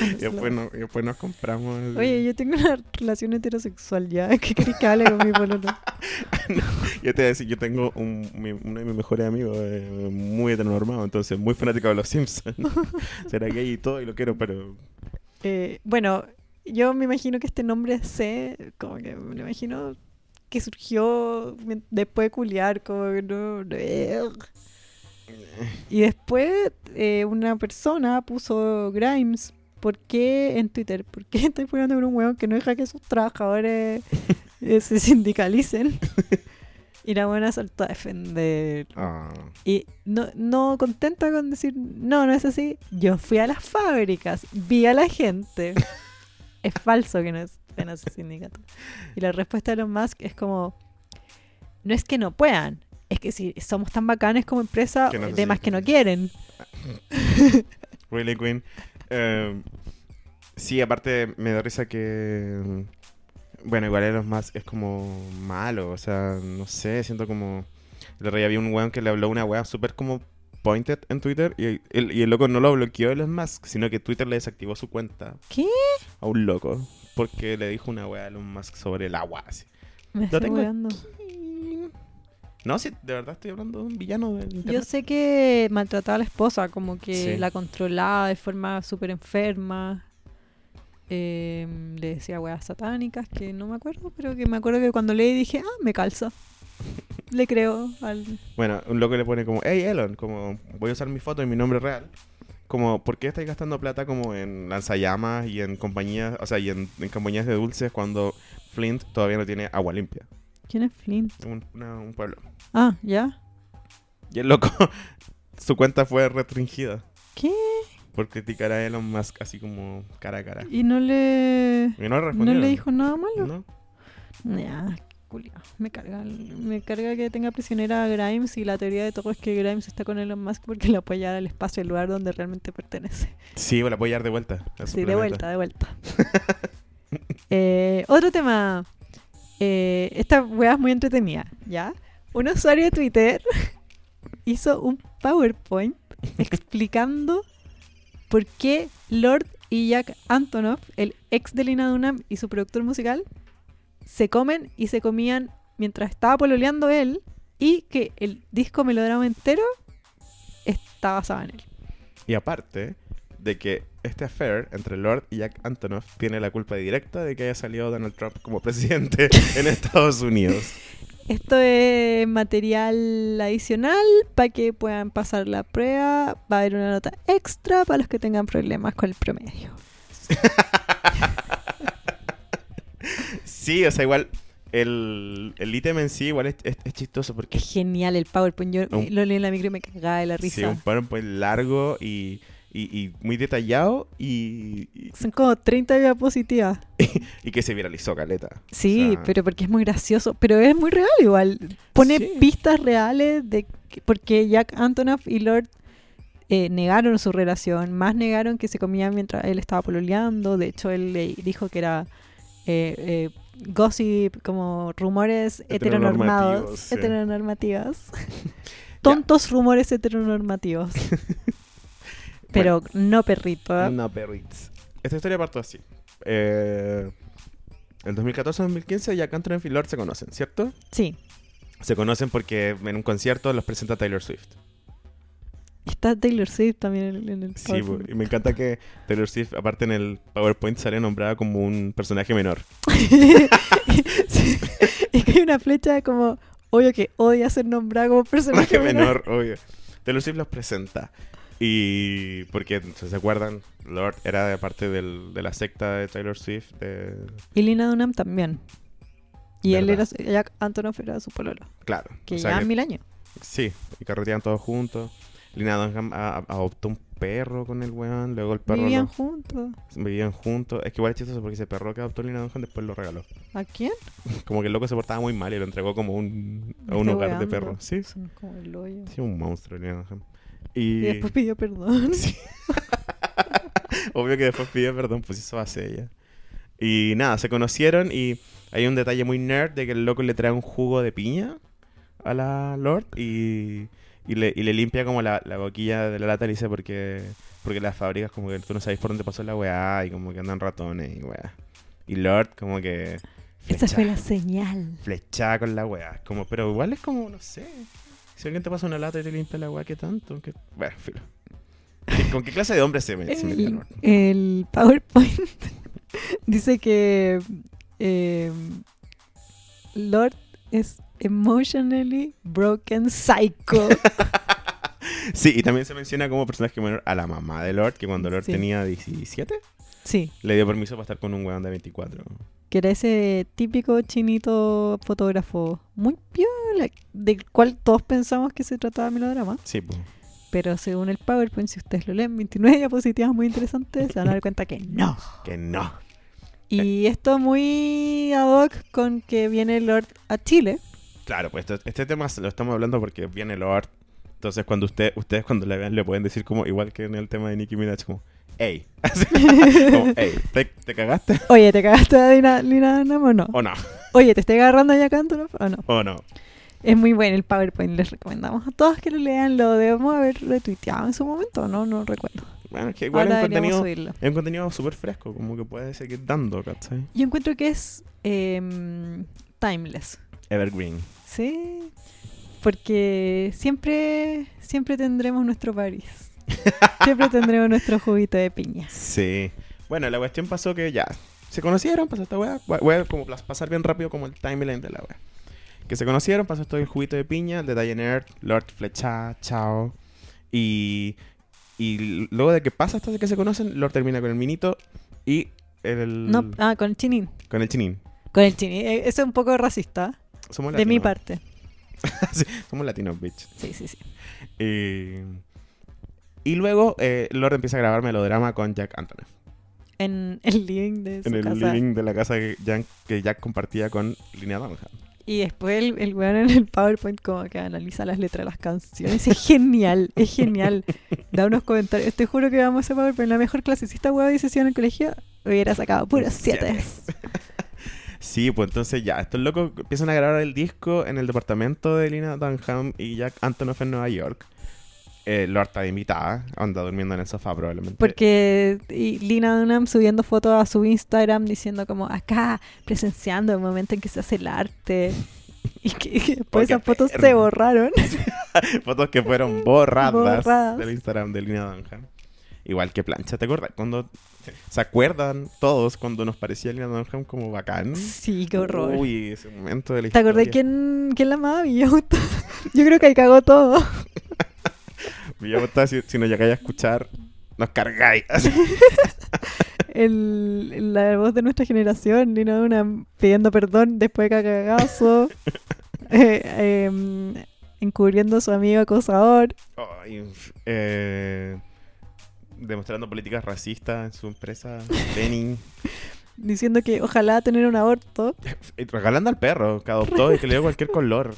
Speaker 2: Y después, no- y después nos compramos. el-
Speaker 1: Oye, yo tengo una relación heterosexual ya. ¿Qué querés que hable con mi pololo?
Speaker 2: Yo te voy a decir, yo tengo un, mi- uno de mis mejores amigos eh, muy heteronormado, entonces muy fanático de los Simpsons. Será gay y todo y lo quiero, pero.
Speaker 1: Eh, bueno, yo me imagino que este nombre C, como que me lo imagino que surgió mi- después de culiar, como que no. ugh. Y después eh, una persona puso Grimes. ¿Por qué en Twitter? ¿Por qué estáis poniendo con un hueón que no deja que sus trabajadores eh, se sindicalicen? Y la buena saltó a defender.
Speaker 2: ah,
Speaker 1: Y no, no contenta con decir, no, no es así. Yo fui a las fábricas, vi a la gente. es falso que no estén a ese sindicato. Y la respuesta de Elon Musk es como, no es que no puedan, es que si somos tan bacanes como empresa,
Speaker 2: Que no se
Speaker 1: demás que no
Speaker 2: sienten.
Speaker 1: quieren.
Speaker 2: Really Queen. Eh, sí, aparte me da risa que. Bueno, igual Elon Musk es como malo, o sea, no sé, siento como. El otro día vi un weón que le habló una weá súper como pointed en Twitter y el, y el loco no lo bloqueó Elon Musk, sino que Twitter le desactivó su cuenta.
Speaker 1: ¿Qué?
Speaker 2: A un loco, porque le dijo una weá a Elon Musk sobre el agua, así.
Speaker 1: Me estoy
Speaker 2: tengo
Speaker 1: weando.
Speaker 2: No, sí, de verdad estoy hablando de un villano del
Speaker 1: Yo
Speaker 2: internet.
Speaker 1: sé que maltrataba a la esposa, como que
Speaker 2: Sí.
Speaker 1: la controlaba de forma súper enferma. Eh, le decía weas satánicas que no me acuerdo, pero que me acuerdo que cuando leí dije, ah, me calza. Le creo al.
Speaker 2: Bueno, un loco le pone como, hey Elon, como voy a usar mi foto y mi nombre real. Como, ¿por qué estáis gastando plata como en lanzallamas y en compañías, o sea, y en, en compañías de dulces cuando Flint todavía no tiene agua limpia?
Speaker 1: ¿Quién es Flynn?
Speaker 2: Un, una- un pueblo.
Speaker 1: Ah, ya.
Speaker 2: Y el loco, su cuenta fue restringida.
Speaker 1: ¿Qué?
Speaker 2: Por criticar a Elon Musk así como cara a cara.
Speaker 1: Y no le.
Speaker 2: Y no le
Speaker 1: No
Speaker 2: respondieron.
Speaker 1: le dijo nada malo.
Speaker 2: ¿No?
Speaker 1: Nah, culiao. Me carga, me carga que tenga prisionera a Grimes y la teoría de todo es que Grimes está con Elon Musk porque le apoyara el espacio, el lugar donde realmente pertenece.
Speaker 2: Sí, pues, la voy a dar de vuelta. a su
Speaker 1: Sí, de
Speaker 2: planeta.
Speaker 1: vuelta, de vuelta. Eh, otro tema. Eh, esta weá es muy entretenida, ¿ya? Un usuario de Twitter hizo un PowerPoint explicando por qué Lord y Jack Antonoff, el ex de Lina Dunham y su productor musical, se comen y se comían mientras estaba pololeando él y que el disco melodrama entero está basado en él.
Speaker 2: Y aparte de que este affair entre Lord y Jack Antonoff tiene la culpa directa de que haya salido Donald Trump como presidente en Estados Unidos.
Speaker 1: Esto es material adicional para que puedan pasar la prueba. Va a haber una nota extra para los que tengan problemas con el promedio.
Speaker 2: Sí, o sea, igual el, el ítem en sí igual es, es- es chistoso porque
Speaker 1: Es genial el PowerPoint. Yo eh,
Speaker 2: Un-
Speaker 1: lo leí en la micro y me cagaba de la
Speaker 2: sí,
Speaker 1: risa.
Speaker 2: un PowerPoint largo y, y- y muy detallado y, y-
Speaker 1: Son como 30 diapositivas.
Speaker 2: y que se viralizó, caleta.
Speaker 1: Sí,
Speaker 2: O sea,
Speaker 1: pero porque es muy gracioso. Pero es muy real igual. Pone
Speaker 2: Sí.
Speaker 1: pistas reales de que- porque Jack Antonoff y Lord eh, negaron su relación. Más negaron que se comían mientras él estaba pololeando. De hecho, él le dijo que era eh, eh, gossip, como rumores
Speaker 2: Heteronormativos,
Speaker 1: heteronormados.
Speaker 2: sí.
Speaker 1: Heteronormativas. Tontos rumores heteronormativos. pero no perrito. ¿eh?
Speaker 2: No, perrits. Esta historia parto así. Eh, el 2014-2015 Jack Antonoff y Lord se conocen, ¿cierto?
Speaker 1: Sí.
Speaker 2: Se conocen porque en un concierto los presenta Taylor Swift.
Speaker 1: Está Taylor Swift también en el- en el
Speaker 2: Sí,
Speaker 1: PowerPoint.
Speaker 2: y me encanta que Taylor Swift, aparte en el PowerPoint, sale nombrada como un personaje menor.
Speaker 1: Sí. Es que hay una flecha como, obvio que odia ser nombrado como personaje
Speaker 2: Personaje
Speaker 1: menor.
Speaker 2: menor, obvio. Taylor Swift los presenta. Y porque, ¿se acuerdan? Lord era de parte del- de la secta de Taylor Swift. de-
Speaker 1: Y Lina Dunham también. Y él era,
Speaker 2: ¿Verdad?
Speaker 1: Jack Antonoff era su pololo,
Speaker 2: Claro.
Speaker 1: que
Speaker 2: o sea
Speaker 1: llevaban
Speaker 2: que-
Speaker 1: mil años.
Speaker 2: Sí, y carreteaban todos juntos. Lina Dunham a- a- adoptó un perro con el weón, luego el perro
Speaker 1: Vivían
Speaker 2: lo-
Speaker 1: juntos.
Speaker 2: vivían juntos. Es que igual es chistoso porque ese perro que adoptó Lina Dunham después lo regaló.
Speaker 1: ¿A quién?
Speaker 2: Como que el loco se portaba muy mal y lo entregó como un, a un
Speaker 1: Está
Speaker 2: hogar de
Speaker 1: Este weando.
Speaker 2: perros. Sí,
Speaker 1: Son como el hoyo.
Speaker 2: Sí, un monstruo, Lina Dunham.
Speaker 1: Y
Speaker 2: Y,
Speaker 1: después pidió perdón.
Speaker 2: obvio que después pidió perdón, pues eso hace ella. Y nada, se conocieron y hay un detalle muy nerd de que el loco le trae un jugo de piña a la Lord y, y le, y le limpia como la, la boquilla de la lata y le dice porque, porque las fábricas como que tú no sabes por dónde pasó la weá y como que andan ratones y weá. Y Lord como que...
Speaker 1: Esa
Speaker 2: flecha-
Speaker 1: fue la señal.
Speaker 2: flechada con la weá. Como, pero igual es como, no sé. Si alguien te pasa una lata y te limpia la weá, ¿qué tanto? ¿Qué- Bueno, filo. ¿Con qué clase de hombre se me, se me
Speaker 1: El, el PowerPoint dice que eh, Lord es emotionally broken psycho.
Speaker 2: Sí, y también se menciona como personaje menor a la mamá de Lord, que cuando Lord
Speaker 1: Sí.
Speaker 2: tenía 17,
Speaker 1: sí,
Speaker 2: le dio permiso para estar con un weón de 24.
Speaker 1: que era ese típico chinito fotógrafo muy piola, del cual todos pensamos que se trataba de melodrama.
Speaker 2: Sí, pues.
Speaker 1: Pero según el PowerPoint, si ustedes lo leen, 29 diapositivas muy interesantes, se van a dar cuenta que no.
Speaker 2: Que no.
Speaker 1: Y esto muy ad hoc con que viene Lord a Chile.
Speaker 2: Claro, pues esto- este tema se lo estamos hablando porque viene Lord. Entonces, cuando usted, ustedes cuando la vean, le pueden decir como, igual que en el tema de Nicki Minaj, como, hey. como, hey, ¿te, te cagaste
Speaker 1: Oye, ¿te cagaste de Lina, Lina Dunham o no?
Speaker 2: o no?
Speaker 1: Oye, ¿te estoy agarrando ya canto o no?
Speaker 2: ¿O no?
Speaker 1: Es muy bueno el PowerPoint, les recomendamos a todos que lo lean. Lo debemos haber retuiteado en su momento, no, no recuerdo.
Speaker 2: Bueno, es que igual es
Speaker 1: Ahora
Speaker 2: un
Speaker 1: deberíamos
Speaker 2: contenido,
Speaker 1: subirlo.
Speaker 2: es un contenido súper fresco, como que puede seguir dando, ¿cachai?
Speaker 1: Yo encuentro que es em, timeless,
Speaker 2: Evergreen.
Speaker 1: ¿sí? Porque siempre, siempre tendremos nuestro París. Siempre tendremos nuestro juguito de piña.
Speaker 2: Sí. Bueno, la cuestión pasó que ya se conocieron, pasó esta weá. Voy- Voy a como plas- pasar bien rápido como el timeline de la weá. Que se conocieron, pasó esto del juguito de piña, el detalle nerd, Lord Flecha, chao. Y, y luego de que pasa esto de que se conocen, Lord termina con el minito y el...
Speaker 1: No, ah, con el E, chinín.
Speaker 2: Con el chinín.
Speaker 1: Con el chinín. Eh, Eso es un poco racista,
Speaker 2: Somos
Speaker 1: de mi
Speaker 2: latinos.
Speaker 1: parte.
Speaker 2: Sí, somos latinos, bitch.
Speaker 1: Sí, sí, sí.
Speaker 2: Eh, y luego eh, Lord empieza a grabar melodrama con Jack Antonoff.
Speaker 1: En el living de su
Speaker 2: en el
Speaker 1: casa.
Speaker 2: living de la casa que Jack, que Jack compartía con Lina Dunham.
Speaker 1: Y después el, el weón en el PowerPoint como que analiza las letras de las canciones. Es genial, es genial. Da unos comentarios. Te juro que vamos a ese PowerPoint. La mejor clasicista weón de sesión en el colegio hubiera sacado puros siete.
Speaker 2: Sí, pues entonces ya, estos locos empiezan a grabar el disco en el departamento de Lina Dunham y Jack Antonoff en Nueva York. Eh, Lord está de invitada, anda durmiendo en el sofá probablemente.
Speaker 1: Porque y Lina Dunham subiendo fotos a su Instagram diciendo como acá, presenciando el momento en que se hace el arte. Y que y después
Speaker 2: Porque
Speaker 1: esas fotos se
Speaker 2: perro.
Speaker 1: borraron.
Speaker 2: Fotos que fueron borradas,
Speaker 1: Borradas.
Speaker 2: del Instagram de Lina Dunham. Igual que plancha, ¿te acuerdas? Cuando se acuerdan todos cuando nos parecía Lina Dunham como bacán.
Speaker 1: Sí, qué horror.
Speaker 2: Uy, ese momento de la
Speaker 1: ¿Te acordás
Speaker 2: historia.
Speaker 1: quién, quién la amaba? Villauta. Yo creo que ahí cagó todo.
Speaker 2: Me llamo Tassi, pues, si, nos llegáis a escuchar, nos cargáis. Así.
Speaker 1: el, la voz de nuestra generación, Lina Dunham pidiendo perdón después de cagazo, eh, em, encubriendo a su amigo acosador.
Speaker 2: Ay, eh, demostrando políticas racistas en su empresa, Penny.
Speaker 1: Diciendo que ojalá tener un aborto.
Speaker 2: Y regalando al perro que adoptó y que le dio cualquier color.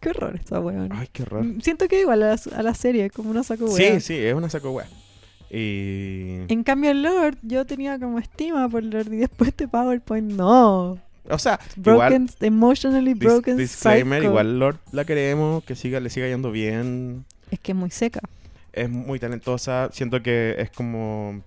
Speaker 1: Qué horror esta weón. Mm,
Speaker 2: Ay, qué horror.
Speaker 1: Siento que igual a la, a la serie, como una saco
Speaker 2: Ah, Sí,
Speaker 1: weón.
Speaker 2: sí, es una saco wea. Y...
Speaker 1: En cambio, el Lord, yo tenía como estima por Lord y después este PowerPoint, no.
Speaker 2: O sea, igual...
Speaker 1: Broken, emotionally
Speaker 2: Dis-
Speaker 1: broken.
Speaker 2: disclaimer,
Speaker 1: psycho.
Speaker 2: igual Lord la queremos, que siga, le siga yendo bien.
Speaker 1: Es que es muy seca.
Speaker 2: Es muy talentosa. Siento que es como.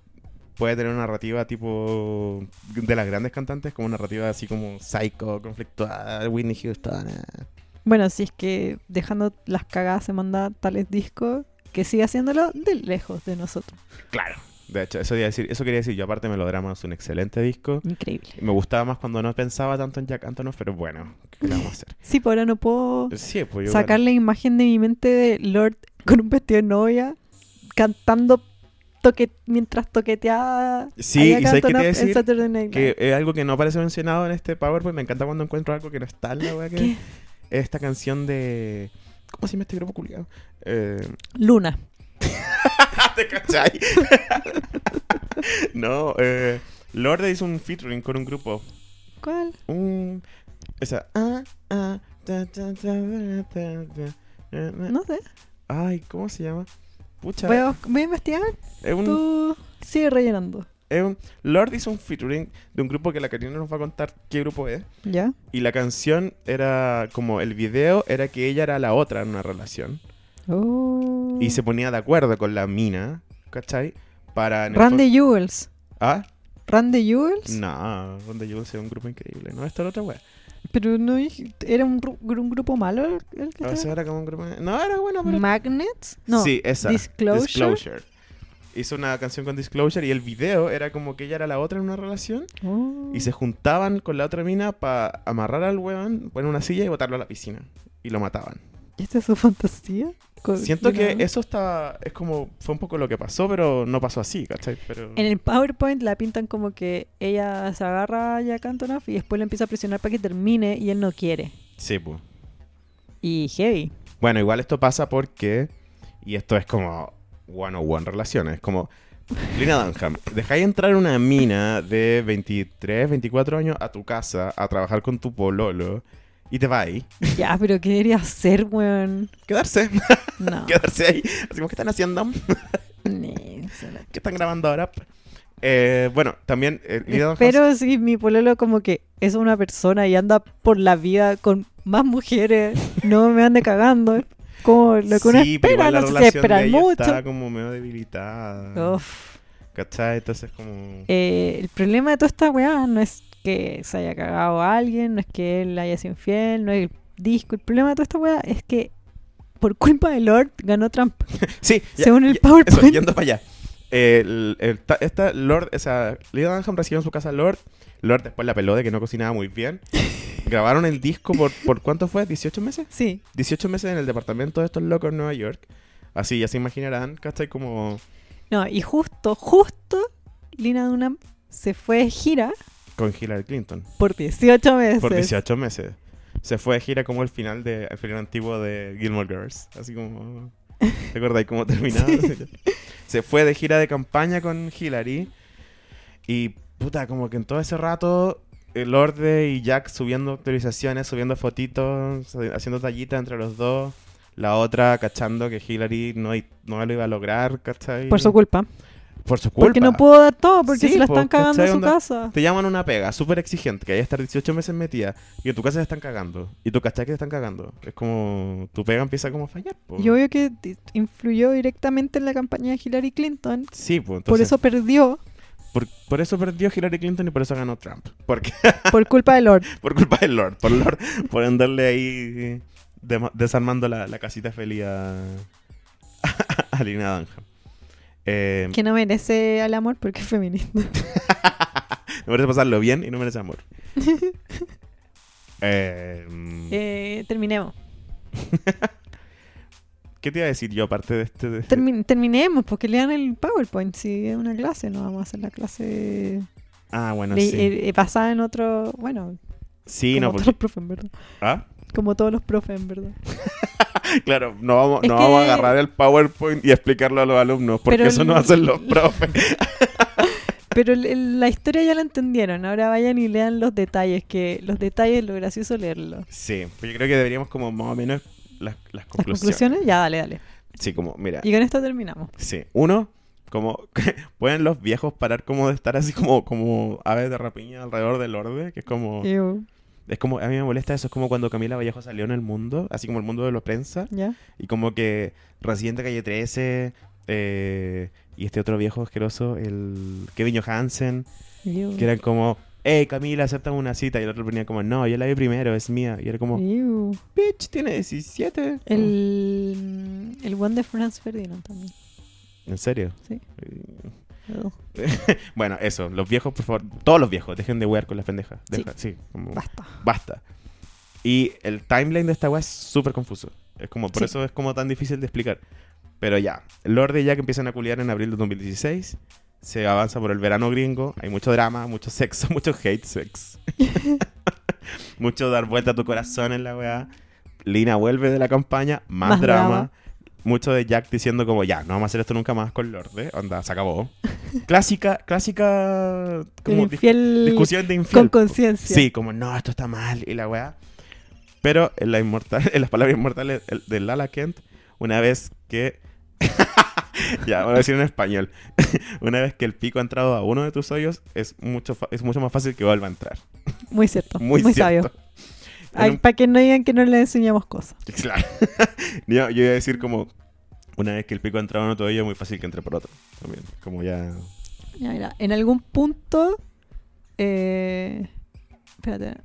Speaker 2: Puede tener una narrativa tipo. de las grandes cantantes, como una narrativa así como psycho, conflictuada, Whitney Houston. ah.
Speaker 1: Bueno, si es que dejando las cagadas se manda tales discos, que siga haciéndolo de lejos de nosotros.
Speaker 2: Claro. De hecho, eso, quería decir, eso quería decir yo. Aparte, Melodrama es un excelente disco.
Speaker 1: Increíble.
Speaker 2: Me gustaba más cuando no pensaba tanto en Jack Antonoff, pero bueno, ¿qué le vamos a hacer?
Speaker 1: Sí, por ahora no puedo
Speaker 2: Sí, pues yo.
Speaker 1: sacar la imagen de mi mente de Lord con un vestido de novia, cantando toque mientras toqueteaba.
Speaker 2: Sí,
Speaker 1: a Jack
Speaker 2: ¿y sabes qué te iba
Speaker 1: Antonoff
Speaker 2: a
Speaker 1: en
Speaker 2: decir?
Speaker 1: Saturday Night
Speaker 2: que
Speaker 1: Live.
Speaker 2: es algo que no aparece mencionado en este PowerPoint. Me encanta cuando encuentro algo que no está en la wea que.
Speaker 1: ¿Qué?
Speaker 2: esta canción de. ¿Cómo se llama este grupo culiado?
Speaker 1: Luna.
Speaker 2: ¿Te cachai? no, eh, Lorde hizo un featuring con un grupo.
Speaker 1: ¿Cuál?
Speaker 2: Un. Esa. ah, ah, ta, ta, ta, ta, ta, ta, na, na.
Speaker 1: No sé.
Speaker 2: Ay, ¿cómo se llama? Pucha.
Speaker 1: Voy a, bus- voy a investigar.
Speaker 2: es un,
Speaker 1: Tú sigue rellenando.
Speaker 2: es un- Lorde hizo un featuring de un grupo que la Karina nos va a contar qué grupo es.
Speaker 1: ¿Ya?
Speaker 2: Y la canción era como el video era que ella era la otra en una relación.
Speaker 1: Oh.
Speaker 2: y se ponía de acuerdo con la mina, ¿cachai? Para. en el
Speaker 1: Randy Jewels.
Speaker 2: fo- ¿Ah?
Speaker 1: Randy Jewels.
Speaker 2: No, Randy Jules es un grupo increíble. No, esto era otra wea.
Speaker 1: Pero no dij- era un, gru- un grupo malo el, el que
Speaker 2: O sea,
Speaker 1: estaba.
Speaker 2: era como un grupo. No, era bueno, pero.
Speaker 1: Magnets? No.
Speaker 2: Ah, sí, esa.
Speaker 1: Disclosure.
Speaker 2: Hizo una canción con Disclosure y el video era como que ella era la otra en una relación
Speaker 1: Oh.
Speaker 2: y se juntaban con la otra mina para amarrar al weón, poner una silla y botarlo a la piscina. Y lo mataban.
Speaker 1: ¿Y ¿Esta es su fantasía? Co-
Speaker 2: Siento
Speaker 1: mira.
Speaker 2: que eso está. Es como. Fue un poco lo que pasó, pero no pasó así, ¿cachai? Pero.
Speaker 1: En el PowerPoint la pintan como que ella se agarra a Jack Antonoff y después lo empieza a presionar para que termine y él no quiere.
Speaker 2: Sí, pues.
Speaker 1: Y heavy.
Speaker 2: Bueno, igual esto pasa porque. Y esto es como. One on one relaciones. Como. Lina Dunham, dejáis entrar una mina de 23, 24 años a tu casa a trabajar con tu pololo y te va ahí.
Speaker 1: Ya, pero ¿qué debería hacer, weón?
Speaker 2: Quedarse,
Speaker 1: No.
Speaker 2: quedarse ahí. Así como, ¿qué están haciendo?
Speaker 1: Ni se la-
Speaker 2: ¿Qué están grabando ahora? Eh, bueno, también eh, Lina Dunham.
Speaker 1: Pero si mi pololo como que es una persona y anda por la vida con más mujeres, no me ande cagando. Como lo que uno
Speaker 2: sí, pero
Speaker 1: espera,
Speaker 2: igual la
Speaker 1: no se
Speaker 2: relación de
Speaker 1: espera
Speaker 2: ellos
Speaker 1: mucho.
Speaker 2: Estaba como medio debilitada.
Speaker 1: Uf.
Speaker 2: ¿Cachai? Entonces, como.
Speaker 1: Eh, el problema de toda esta weá no es que se haya cagado a alguien, no es que él haya sido infiel, no es el disco. El problema de toda esta weá es que por culpa de Lord ganó Trump,
Speaker 2: Sí, ya-
Speaker 1: según el
Speaker 2: ya- Eso,
Speaker 1: PowerPoint.
Speaker 2: yendo para allá. Eh, El- el- ta- esta Lord, o sea, Lina Dunham recibió en su casa a Lord. Lord después la peló de que no cocinaba muy bien. Grabaron el disco por, por ¿cuánto fue? ¿18 meses?
Speaker 1: Sí,
Speaker 2: 18 meses en el departamento de estos locos en Nueva York. Así, ya se imaginarán, ¿cachai? Como
Speaker 1: no, y justo, justo Lina Dunham se fue de gira
Speaker 2: con Hillary Clinton.
Speaker 1: por 18 meses.
Speaker 2: Por 18 meses. se fue de gira como el final de el final antiguo de Gilmore Girls. Así como. ¿Te acordáis cómo terminaba? Se fue de gira de campaña con Hillary. Y puta, como que en todo ese rato. Lord y Jack subiendo actualizaciones, subiendo fotitos, haciendo tallitas entre los dos. La otra cachando que Hillary no, i- no lo iba a lograr, ¿cachai?
Speaker 1: Por su culpa.
Speaker 2: Por su culpa.
Speaker 1: Porque no puedo dar todo, porque
Speaker 2: Sí,
Speaker 1: se la
Speaker 2: po,
Speaker 1: están cagando
Speaker 2: ¿cachai?
Speaker 1: en su
Speaker 2: Onda-
Speaker 1: casa.
Speaker 2: Te llaman a una pega súper exigente, que hay que estar 18 meses metida, y en tu casa te están cagando, y tu cachai que te están cagando. Es como, tu pega empieza como a fallar. po.
Speaker 1: Y obvio que di- influyó directamente en la campaña de Hillary Clinton.
Speaker 2: Sí, pues
Speaker 1: por eso perdió,
Speaker 2: Por, por eso perdió Hillary Clinton y por eso ganó Trump. Porque,
Speaker 1: por culpa de Lord.
Speaker 2: por culpa de Lord, por Lord, por andarle ahí eh, dema- desarmando la, la casita feliz a, a Lina Dunham. Eh,
Speaker 1: Que no merece al amor porque es
Speaker 2: Mm.
Speaker 1: feminista.
Speaker 2: me merece pasarlo bien y no merece amor. Eh, mm,
Speaker 1: Eh, terminemos.
Speaker 2: ¿Qué te iba a decir yo aparte de este? de este-
Speaker 1: Termin- terminemos, porque lean el PowerPoint. Si es una clase, no vamos a hacer la clase
Speaker 2: ah, bueno,
Speaker 1: de-
Speaker 2: sí.
Speaker 1: eh, eh, basada en otro. Bueno,
Speaker 2: sí,
Speaker 1: como
Speaker 2: no,
Speaker 1: todos
Speaker 2: porque-
Speaker 1: los profes, en verdad.
Speaker 2: ¿Ah?
Speaker 1: Como todos los profes, en verdad.
Speaker 2: Claro, no vamos,
Speaker 1: Es
Speaker 2: no vamos a
Speaker 1: que-
Speaker 2: agarrar el PowerPoint y explicarlo a los alumnos, porque
Speaker 1: Pero
Speaker 2: eso no
Speaker 1: el-
Speaker 2: hacen los profes.
Speaker 1: Pero el- el- la historia ya la entendieron. Ahora vayan y lean los detalles, que los detalles es lo gracioso leerlo.
Speaker 2: Sí, pues yo creo que deberíamos como más o menos las, las
Speaker 1: Las
Speaker 2: conclusiones.
Speaker 1: conclusiones, ya dale, dale.
Speaker 2: Sí, como, mira,
Speaker 1: Y con esto terminamos.
Speaker 2: sí. Uno, como, ¿pueden los viejos parar como de estar así como, como aves de rapiña alrededor del orbe? Que es como,
Speaker 1: Ew,
Speaker 2: es como, a mí me molesta eso, es como cuando Camila Vallejo salió en el mundo, así como el mundo de la prensa,
Speaker 1: ¿Ya?
Speaker 2: y como que Residente Calle 13, eh, y este otro viejo asqueroso, el Kevin Johansen,
Speaker 1: Ew,
Speaker 2: Que eran como, hey Camila, acepta una cita. Y el otro ponía como, no, yo la vi primero, es mía. Y era como,
Speaker 1: ew.
Speaker 2: bitch, tiene 17.
Speaker 1: El, el one de Franz Ferdinand también.
Speaker 2: ¿En serio?
Speaker 1: Sí.
Speaker 2: Eh,
Speaker 1: Ew.
Speaker 2: Bueno, eso, los viejos, por favor, todos los viejos, dejen de wear con las pendejas. Deja- sí, como,
Speaker 1: Basta.
Speaker 2: basta. Y el timeline de esta weá es súper confuso. Es como, por
Speaker 1: Sí.
Speaker 2: eso es como tan difícil de explicar. Pero ya, Lord y Jack empiezan a culiar en abril de 2016. Se avanza por el verano gringo. Hay mucho drama, mucho sexo, mucho hate sex. mucho dar vuelta a tu corazón en la weá. Lina vuelve de la campaña, más,
Speaker 1: Más
Speaker 2: drama.
Speaker 1: drama.
Speaker 2: Mucho de Jack diciendo como, ya, no vamos a hacer esto nunca más con Lord. ¿eh? Onda, se acabó. clásica, clásica...
Speaker 1: El
Speaker 2: Como dis-
Speaker 1: infiel
Speaker 2: discusión de
Speaker 1: con
Speaker 2: infiel.
Speaker 1: conciencia.
Speaker 2: Sí, como no, esto está mal y la weá. Pero en, la inmortal, en las palabras inmortales el- de Lala Kent, una vez que. ya, voy a decir en español. una vez que el pico ha entrado a uno de tus hoyos, es mucho, fa- es mucho más fácil que vuelva a entrar.
Speaker 1: Muy cierto.
Speaker 2: Muy,
Speaker 1: Oh, Muy,
Speaker 2: cierto.
Speaker 1: sabio.
Speaker 2: En un-
Speaker 1: Para que no digan que no le enseñamos cosas.
Speaker 2: Claro. yo, yo iba a decir como. Una vez que el pico ha entrado a uno de tus hoyos, es muy fácil que entre por otro. También. Como ya.
Speaker 1: Ya, mira, en algún punto. eh, espérate.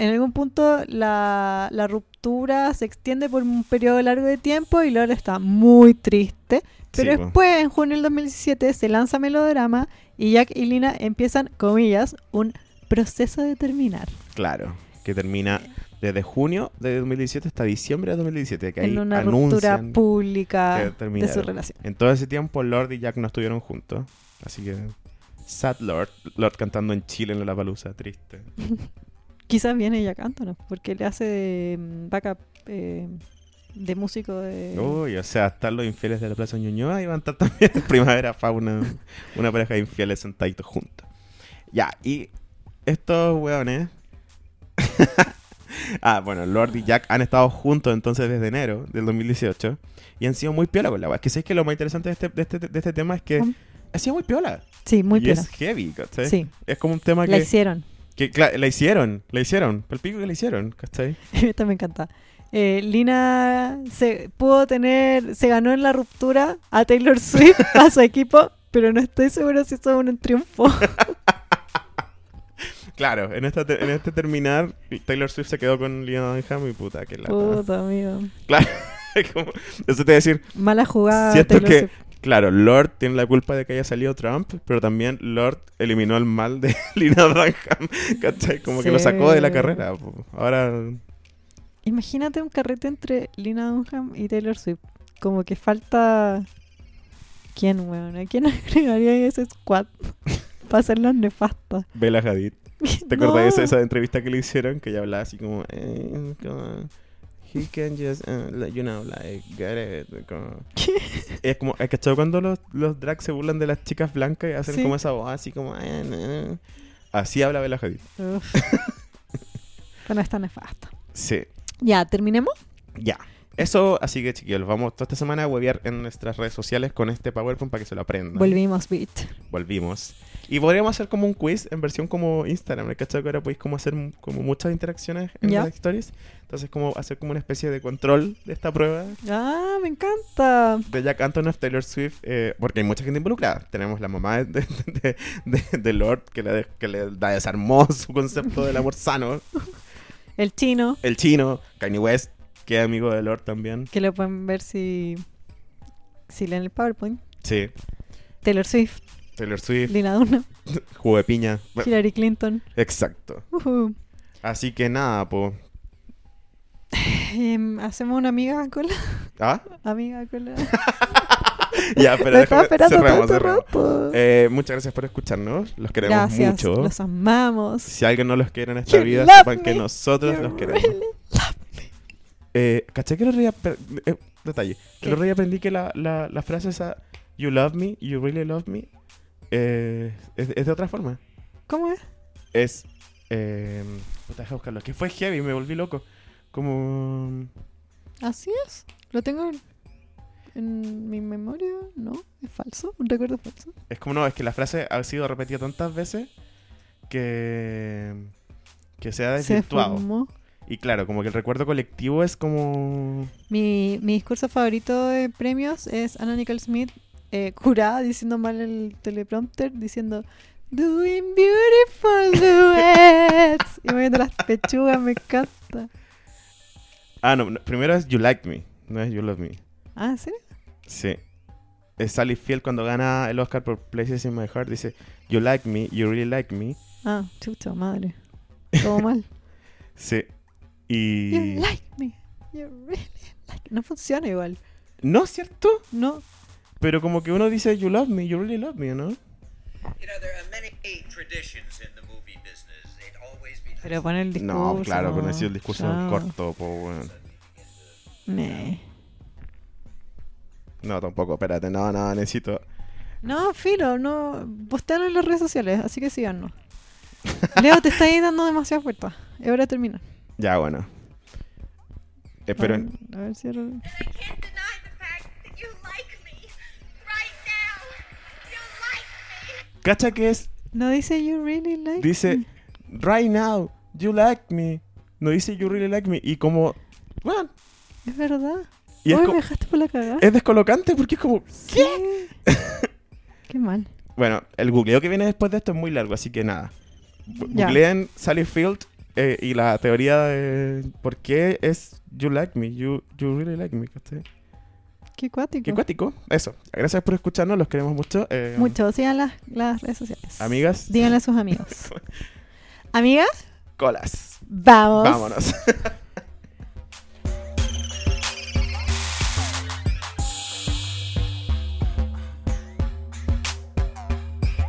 Speaker 1: En algún punto la, la ruptura se extiende por un periodo largo de tiempo y Lord está muy triste. Pero
Speaker 2: Sí, po.
Speaker 1: después, en junio del 2017, se lanza Melodrama y Jack y Lina empiezan, comillas, un proceso de terminar.
Speaker 2: Claro. Que termina desde junio de 2017 hasta diciembre de 2017. Que ahí
Speaker 1: en una ruptura
Speaker 2: anuncian que
Speaker 1: pública de su
Speaker 2: terminaron.
Speaker 1: relación.
Speaker 2: En todo ese tiempo Lord y Jack no estuvieron juntos. Así que. Sad Lord. Lord cantando en Chile en la palusa, triste.
Speaker 1: Quizás viene Jack Antonoff, porque le hace de mm, backup eh, de músico de...
Speaker 2: Uy, o sea, están los infieles de la Plaza Ñuñoa y van a estar también en Primavera Fauna. Una pareja de infieles sentaditos juntos. Ya, y estos weones. ah, bueno, Lord y Jack han estado juntos entonces desde enero del 2018 y han sido muy piola con la wea. Que sé que lo más interesante de este, de este, de este tema es que
Speaker 1: Mm.
Speaker 2: ha sido muy piola.
Speaker 1: Sí, muy
Speaker 2: y este?
Speaker 1: piola.
Speaker 2: es heavy, ¿cachai?
Speaker 1: Sí,
Speaker 2: Es como un tema
Speaker 1: la
Speaker 2: que.
Speaker 1: hicieron.
Speaker 2: Que cla- la hicieron, la hicieron. Pero el pico que la hicieron, ¿cachai?
Speaker 1: Esto me encanta. Eh, Lina se pudo tener, se ganó en la ruptura a Taylor Swift, a su equipo, pero no estoy seguro si eso es un triunfo.
Speaker 2: Claro, en, esta te- en este terminar, Taylor Swift se quedó con Lina Dunham y puta, que la.
Speaker 1: Puta, amigo.
Speaker 2: Como- Eso te voy a decir,
Speaker 1: Mala jugada.
Speaker 2: Siento
Speaker 1: Taylor
Speaker 2: que-
Speaker 1: Swift.
Speaker 2: claro, Lord tiene la culpa de que haya salido Trump, pero también Lord eliminó el mal de Lina Dunham, ¿cachai? Como que lo sacó de la
Speaker 1: Sí.
Speaker 2: carrera. po. Ahora,
Speaker 1: Imagínate un carrete entre Lina Dunham y Taylor Swift. Como que falta. ¿Quién, weón? ¿A quién agregaría a ese squad? Para hacerlos nefastas.
Speaker 2: Bella Hadid. ¿Te acordás de esa,
Speaker 1: No.
Speaker 2: esa entrevista que le hicieron? Que ella hablaba así como... eh, como, He can just, eh, like, you know, like, get it. como- Es como, ¿has cachado cuando los, los drags se burlan de las chicas blancas y hacen
Speaker 1: Sí.
Speaker 2: como esa voz así como... eh, na, na? Así habla Bella Hadid.
Speaker 1: Uf. Bueno, está nefasto.
Speaker 2: Sí,
Speaker 1: Ya, terminemos.
Speaker 2: ya. Eso, así que chiquillos, los vamos toda esta semana a huevear en nuestras redes sociales con este PowerPoint para que se lo aprendan.
Speaker 1: Volvimos, Beat.
Speaker 2: Volvimos. Y podríamos hacer como un quiz en versión como Instagram. ¿no? ¿Cachai? Que ahora podéis como hacer m- como muchas interacciones en
Speaker 1: Ya.
Speaker 2: las stories. Entonces, como hacer como una especie de control de esta prueba
Speaker 1: Ah, me encanta.
Speaker 2: de Jack Antonoff, Taylor Swift, eh, porque hay mucha gente involucrada. Tenemos la mamá de, de, de- de Lord que, la de- que le da- desarmó su concepto del amor sano.
Speaker 1: El chino,
Speaker 2: El chino, Kanye West, que es amigo de Lord también.
Speaker 1: que lo pueden ver si, si leen el PowerPoint.
Speaker 2: Sí,
Speaker 1: Taylor Swift,
Speaker 2: Taylor Swift,
Speaker 1: Lina Dunham,
Speaker 2: jugo de piña. Bueno,
Speaker 1: Hillary Clinton.
Speaker 2: Exacto.
Speaker 1: Ujú.
Speaker 2: Así que nada, po.
Speaker 1: Em, Hacemos una amiga cola.
Speaker 2: ¿Ah?
Speaker 1: Amiga cola.
Speaker 2: Ya,
Speaker 1: Lo
Speaker 2: pero
Speaker 1: estaba
Speaker 2: déjame-
Speaker 1: esperando todo
Speaker 2: cerremos,
Speaker 1: este
Speaker 2: cerremos.
Speaker 1: rato.
Speaker 2: Eh, muchas gracias por escucharnos. Los queremos
Speaker 1: Gracias,
Speaker 2: mucho.
Speaker 1: los amamos.
Speaker 2: Si alguien no los quiere en esta
Speaker 1: You
Speaker 2: vida,
Speaker 1: love
Speaker 2: sepan que
Speaker 1: me.
Speaker 2: nosotros
Speaker 1: You
Speaker 2: los queremos.
Speaker 1: really-
Speaker 2: Eh, ¿Caché que el otro día per- eh, detalle. Que
Speaker 1: ¿Qué?
Speaker 2: el otro día aprendí que la, la, la frase esa, you love me, you really love me, eh, es, es de otra forma.
Speaker 1: ¿Cómo es?
Speaker 2: Es. Eh, puta, deja buscarlo. Que fue heavy, me volví loco. Como.
Speaker 1: Así es. Lo tengo en, en mi memoria, ¿no? Es falso, un recuerdo falso.
Speaker 2: Es como no, es que la frase ha sido repetida tantas veces que. que se ha
Speaker 1: Se
Speaker 2: desvirtuado.
Speaker 1: formó.
Speaker 2: Y claro, como que el recuerdo colectivo es como.
Speaker 1: Mi, mi discurso favorito de premios es Anna Nicole Smith, eh, curada, diciendo mal el teleprompter, diciendo Doing beautiful duets. y moviendo las pechugas, me encanta.
Speaker 2: Ah, no, no, primero es You Like Me, no es You Love Me.
Speaker 1: Ah, ¿en serio?
Speaker 2: Sí. Es Sally Field cuando gana el Oscar por Places in My Heart, dice You Like Me, You Really Like Me.
Speaker 1: Ah, chucha, madre. Todo mal.
Speaker 2: Sí.
Speaker 1: You
Speaker 2: Y.
Speaker 1: like me. You really like No funciona igual.
Speaker 2: No es cierto,
Speaker 1: No.
Speaker 2: pero como que uno dice You Love Me, You Really Love Me, ¿no?
Speaker 3: You know, there are many traditions in the movie business. It always be
Speaker 1: Pero pone el discurso.
Speaker 2: No, claro, pero no es el discurso
Speaker 1: chao.
Speaker 2: corto, po, weón.
Speaker 1: Nah.
Speaker 2: No, tampoco, espérate, no, no, necesito.
Speaker 1: No, filo, no. Postearon en las redes sociales, así que síganos. Leo, te estáis dando demasiadas vueltas. Es hora de terminar.
Speaker 2: Ya, bueno. Eh, Espero.
Speaker 1: Ah, A ver si ahora-
Speaker 4: I can't deny the fact that you like me. Right now, you like me.
Speaker 2: Cacha que es.
Speaker 1: No dice you really like.
Speaker 2: Dice
Speaker 1: me.
Speaker 2: Right now, You Like Me. No dice You Really Like Me. Y como. Bueno.
Speaker 1: Es verdad.
Speaker 2: Y es
Speaker 1: Hoy
Speaker 2: como-
Speaker 1: me dejaste por la cagada.
Speaker 2: Es descolocante porque es como.
Speaker 1: ¿Qué? Qué mal.
Speaker 2: Bueno, el googleo que viene después de esto es muy largo, así que nada. Bu-
Speaker 1: Ya.
Speaker 2: Googleen Sally Field eh, y la teoría de por qué es You Like Me, You, you Really Like Me. ¿cachai?
Speaker 1: Qué cuático.
Speaker 2: Qué cuático. Eso. Gracias por escucharnos, los queremos mucho. eh,
Speaker 1: Mucho. Sigan las, las redes sociales.
Speaker 2: Amigas,
Speaker 1: Díganle a sus amigos. Amigas,
Speaker 2: colas.
Speaker 1: vamos.
Speaker 2: Vámonos.